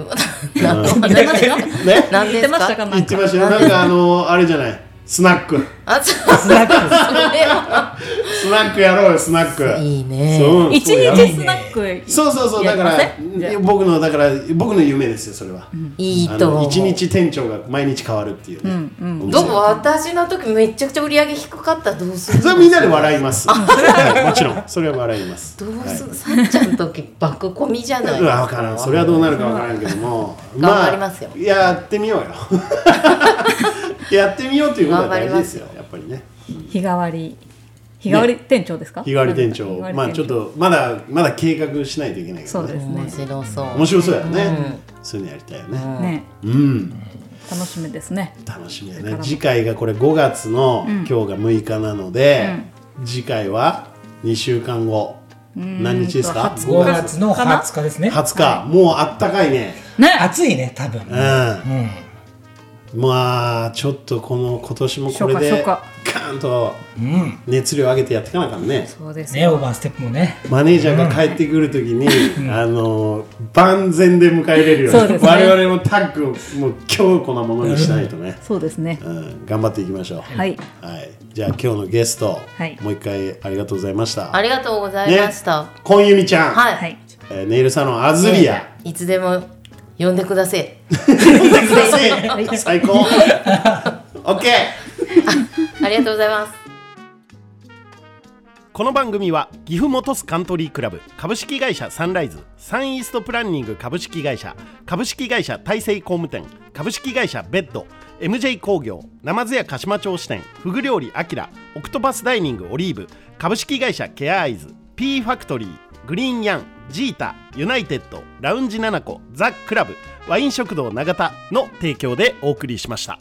[SPEAKER 2] 言ってましたよ
[SPEAKER 1] ね
[SPEAKER 5] 何
[SPEAKER 2] 言っ
[SPEAKER 5] で
[SPEAKER 2] て
[SPEAKER 5] す
[SPEAKER 2] ました
[SPEAKER 5] か
[SPEAKER 2] かな
[SPEAKER 1] 言
[SPEAKER 2] ん
[SPEAKER 1] って
[SPEAKER 2] か
[SPEAKER 1] ましたよなんかあのあれじゃないスナック
[SPEAKER 5] あ、 そうそれは
[SPEAKER 1] スナックやろうよスナック
[SPEAKER 5] いいね
[SPEAKER 1] そう
[SPEAKER 2] 一
[SPEAKER 1] そうや
[SPEAKER 2] 日スナック
[SPEAKER 1] そうそうそうだか
[SPEAKER 2] や
[SPEAKER 1] ら
[SPEAKER 2] りませんじゃあ
[SPEAKER 1] 僕のだから僕の夢ですよそれは、
[SPEAKER 5] いい
[SPEAKER 1] あ
[SPEAKER 5] と
[SPEAKER 1] の
[SPEAKER 5] 思う
[SPEAKER 1] 一日店長が毎日変わるっていうね、お
[SPEAKER 5] ど
[SPEAKER 1] 店
[SPEAKER 5] うも私の時めちゃくちゃ売り上げ低かったらどうする
[SPEAKER 1] それはみんなで笑います、はい、もちろんそれは笑います
[SPEAKER 5] どう
[SPEAKER 1] はい
[SPEAKER 5] するさっちゃんの時爆込みじゃ ない
[SPEAKER 1] うんわからんそれはどうなるかわからんけども
[SPEAKER 5] 頑張りますよ
[SPEAKER 1] あ、やってみようよやってみようということは大事ですよやっぱりね
[SPEAKER 2] 日替わり日替わり店長ですか
[SPEAKER 1] 日替わり店長
[SPEAKER 2] 日替わり
[SPEAKER 1] まあちょっとまだまだ計画しないといけないけ
[SPEAKER 2] そ
[SPEAKER 1] ど
[SPEAKER 2] うで
[SPEAKER 1] ね
[SPEAKER 2] す
[SPEAKER 5] 面
[SPEAKER 2] ね
[SPEAKER 5] 白そう
[SPEAKER 1] 面白そうやね、そういうのやりたいよね
[SPEAKER 2] ね
[SPEAKER 1] うん、
[SPEAKER 2] 楽しみですね
[SPEAKER 1] 楽しみや
[SPEAKER 2] これから
[SPEAKER 1] ね
[SPEAKER 2] も
[SPEAKER 1] 次回がこれ5月の、今日が6日なので、次回は2週間後何日ですか
[SPEAKER 6] 5月の20日ですね。
[SPEAKER 1] 20日、もうあったかいね
[SPEAKER 2] ね
[SPEAKER 6] 暑いね多分。
[SPEAKER 1] うん
[SPEAKER 6] うん。
[SPEAKER 1] まあちょっとこの今年もこれで
[SPEAKER 2] 初夏初夏
[SPEAKER 1] ガーンと
[SPEAKER 6] うん。
[SPEAKER 1] 熱量上げてやっていかなあかんね
[SPEAKER 2] そうです
[SPEAKER 6] ねオーバーステップもね。
[SPEAKER 1] マネージャーが帰ってくるときに、あの万全で迎えれるよう
[SPEAKER 2] そう
[SPEAKER 1] に
[SPEAKER 2] ですね
[SPEAKER 1] 我々もタッグをもう強固なものにしないとね、
[SPEAKER 2] そうですね
[SPEAKER 1] うん、頑張っていきましょうは
[SPEAKER 2] はい
[SPEAKER 1] じゃあ今日のゲスト、
[SPEAKER 2] はい
[SPEAKER 1] もう一回ありがとうございました
[SPEAKER 5] ありがとうございました、
[SPEAKER 1] ね、こんゆみちゃん、
[SPEAKER 5] はい、
[SPEAKER 2] はい
[SPEAKER 1] えーネイルサロンアズリア、
[SPEAKER 5] いつでも呼んでください
[SPEAKER 1] ください 最高 OK!
[SPEAKER 5] ありがとうございます
[SPEAKER 1] この番組は岐阜本スカントリークラブ株式会社サンライズサンイーストプランニング株式会社株式会社大成工務店株式会社ベッド MJ 工業ナマズ屋鹿島町支店フグ料理アキラオクトパスダイニングオリーブ株式会社ケアアイズ P ファクトリーグリーンヤンジータユナイテッドラウンジナナコザ・クラブワイン食堂永田の提供でお送りしました。